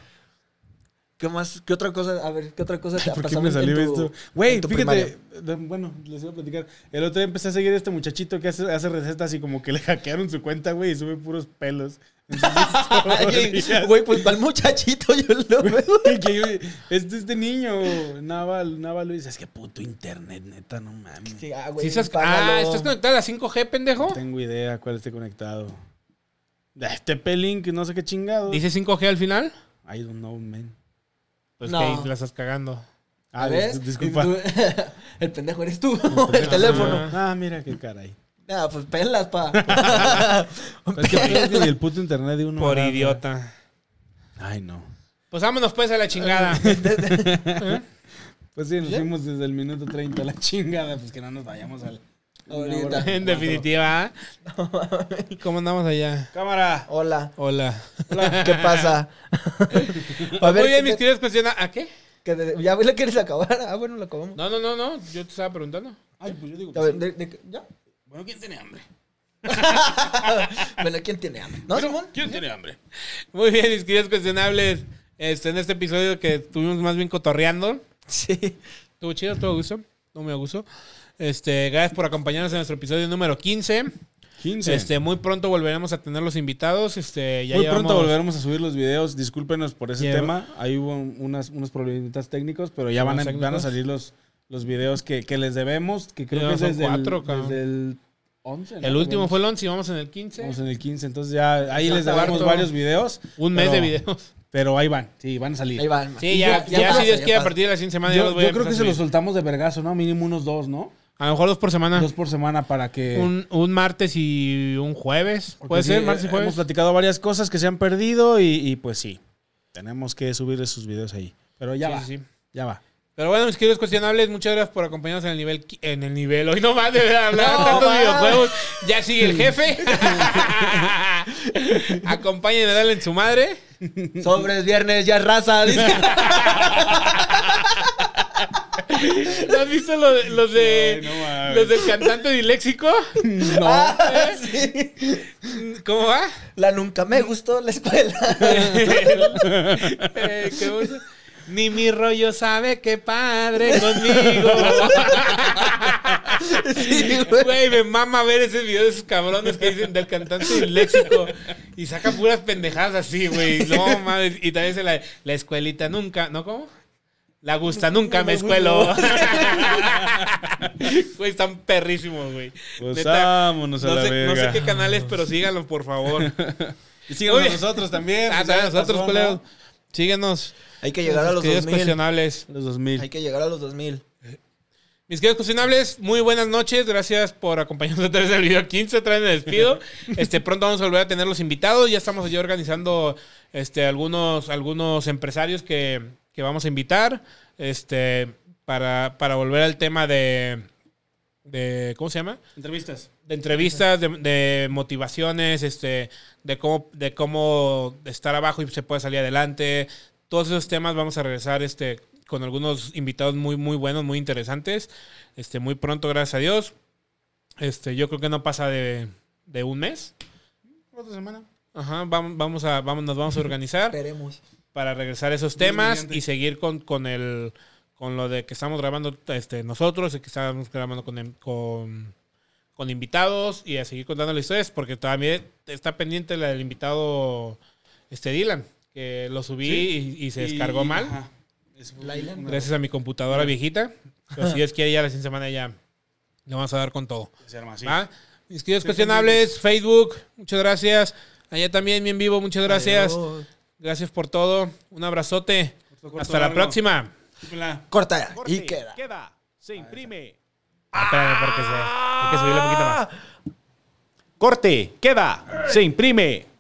C: ¿Qué más? ¿Qué otra cosa? A ver, ¿qué otra cosa te ha
B: ¿Por qué
C: pasado
B: me
C: en
B: salió
C: tu-
B: esto? Güey,
C: en tu
B: fíjate,
C: primaria?
B: de- bueno, les iba a platicar. El otro día empecé a seguir a este muchachito que hace, hace recetas y como que le hackearon su cuenta, güey, y sube puros pelos.
C: Ay, Ah, Güey, pues para el muchachito yo lo veo.
B: Y que yo- este, este niño, Nava, Nava Luis, es que puto internet, neta, no mames.
C: Sí, ah, güey,
A: Sí, estás-
C: págalo.
A: ah, ¿estás conectada a la 5G, pendejo?
B: No tengo idea cuál esté conectado. Ah, Este pelín, que no sé qué chingado.
A: ¿Dice 5G al final?
B: I don't know, man.
A: Pues
C: No.
A: que ahí la estás cagando.
B: Ah,
C: A ver,
B: dis- disculpa.
C: tú- el pendejo eres tú, el teléfono.
B: Ah, mira qué caray.
C: Nada, pues pelas, pa.
B: Es que pierden el puto internet de uno.
A: Por
B: ¿verdad?
A: idiota.
B: Ay, no.
A: Pues vámonos pues a la chingada.
B: Pues sí, nos fuimos desde el minuto 30 a la chingada, pues que no nos vayamos al...
C: Ahorita.
A: en definitiva. ¿eh? ¿Cómo andamos allá?
B: Cámara.
C: Hola.
A: Hola.
C: Hola, ¿qué pasa? A
A: Muy bien,
C: ¿qué
A: mis
C: te-
A: queridos pensionados. ¿A qué?
C: que te- ¿Ya le quieres acabar? Ah, bueno, lo acabamos.
A: No, no, no, no. Yo te estaba preguntando.
B: Ay, pues yo digo...
C: A ver, de- de- ¿ya?
B: Bueno, ¿quién tiene hambre?
C: bueno, ¿quién tiene hambre? ¿No, Simón?
B: ¿Quién tiene hambre?
A: Muy bien, mis queridos cuestionables. Este, en este episodio que estuvimos más bien cotorreando.
C: Sí.
A: Estuvo chido, estuvo a gusto. No me gusto. Este, gracias por acompañarnos en nuestro episodio número 15.
B: 15.
A: Este, muy pronto volveremos a tener los invitados. Este, ya
B: Muy
A: llevamos-
B: pronto volveremos a subir los videos. Discúlpenos por ese
A: Lleva-
B: tema. Ahí hubo unas, unos problemitas técnicos, pero ya van a,
A: ¿Problemas
B: van a
A: técnicos?
B: salir los, los videos que, que les debemos, que creo
A: Ya
B: que es
A: son
B: desde,
A: cuatro,
B: el,
A: cabrón.
B: desde el 11. ¿no?
A: El último
B: Vamos-
A: fue el 11 y vamos en el 15.
B: Vamos en el 15, entonces ya ahí
A: Ya
B: les
A: está
B: debemos
A: harto.
B: varios videos.
A: Un mes de
B: pero-
A: videos.
B: Pero ahí van, sí, van a salir.
C: Ahí va.
A: Sí, ya, ya, si Dios quiere, a partir de la siguiente semana ya los
B: Yo,
A: voy a
B: yo creo que se
A: empezar a
B: los
A: subir.
B: soltamos de vergazo, ¿no? Mínimo unos dos, ¿no?
A: A lo mejor dos por semana.
B: Dos por semana para que...
A: un, un martes y un jueves.
B: porque
A: Puede
B: sí,
A: ser, martes y
B: Hemos
A: jueves.
B: platicado varias cosas que se han perdido y, y pues sí, tenemos que subirles sus videos ahí. Pero ya
A: Sí,
B: va,
A: sí, sí.
B: ya va.
A: Pero bueno, mis queridos cuestionables, muchas gracias por acompañarnos en el nivel. qui- En el nivel. Hoy no más de verdad hablar de tantos videojuegos. Ya sigue el jefe. Acompáñenme a darle en su madre.
C: Sobres, viernes, ya raza. dice.
A: ¿No ¿Has visto lo de- los de.
B: Ay, no mames.
A: los del cantante diléxico?
C: Ah, sí.
A: ¿Cómo va?
C: La nunca me gustó la escuela.
A: Eh, ¿qué cosa? Ni mi rollo sabe qué padre conmigo.
C: Sí, güey.
A: Güey, me mama ver ese video de esos cabrones que dicen del cantante disléxico. Y saca puras pendejadas así, güey. No mames. Y también se la, la escuelita nunca, ¿no? ¿Cómo? La gusta nunca me escuelo. Güey, están perrísimos, güey.
B: Pues
A: Neta,
B: vámonos a
A: no
B: la
A: sé, no sé
B: verga.
A: qué canales, pero síganlo, por favor.
B: Y síganos
A: Oye.
B: nosotros también.
A: Ah,
B: pues,
A: también
B: ya
A: nosotros,
B: pasó,
A: culeros.
B: ¿no?
A: Síguenos.
C: Hay que llegar a los
A: Mis queridos
C: 2000.
A: cuestionables.
B: Los
C: Hay
B: 2000.
C: que llegar a los 2000.
A: Mis queridos cocinables, muy buenas noches. Gracias por acompañarnos a través del video 15, otra vez me despido. Este, pronto vamos a volver a tener los invitados. Ya estamos allí organizando este, algunos, algunos empresarios que, que vamos a invitar este, para, para volver al tema de, de... ¿Cómo se llama?
B: Entrevistas.
A: de entrevistas, de, de motivaciones, este, de cómo, de cómo estar abajo y se puede salir adelante. Todos esos temas vamos a regresar este, con algunos invitados muy, muy buenos, muy interesantes. Este, muy pronto, gracias a Dios. Este, yo creo que no pasa de, de un mes.
B: Otra semana.
A: Ajá, vamos, vamos a, vamos, nos vamos a organizar
C: Esperemos.
A: para regresar a esos
B: Dios
A: temas
B: mediante.
A: y seguir con, con el con lo de que estamos grabando este, nosotros y que estamos grabando con, em- con, con invitados y a seguir contando las historias porque también está pendiente la del invitado este Dylan que lo subí
B: Sí.
A: y, y se descargó mal gracias a mi computadora viejita pero si es que ya la siguiente semana ya le vamos a dar con todo ¿va? mis queridos
B: Sí,
A: cuestionables Facebook muchas gracias allá también bien vivo muchas gracias
C: Adiós.
A: Gracias por todo. Un abrazote.
B: Corto, corto,
A: Hasta la
B: largo.
A: próxima.
C: Corta
F: Corte,
C: y queda.
F: se imprime.
A: Ah, espérame, porque se- hay que subirle un poquito más.
F: Corte, queda, se imprime.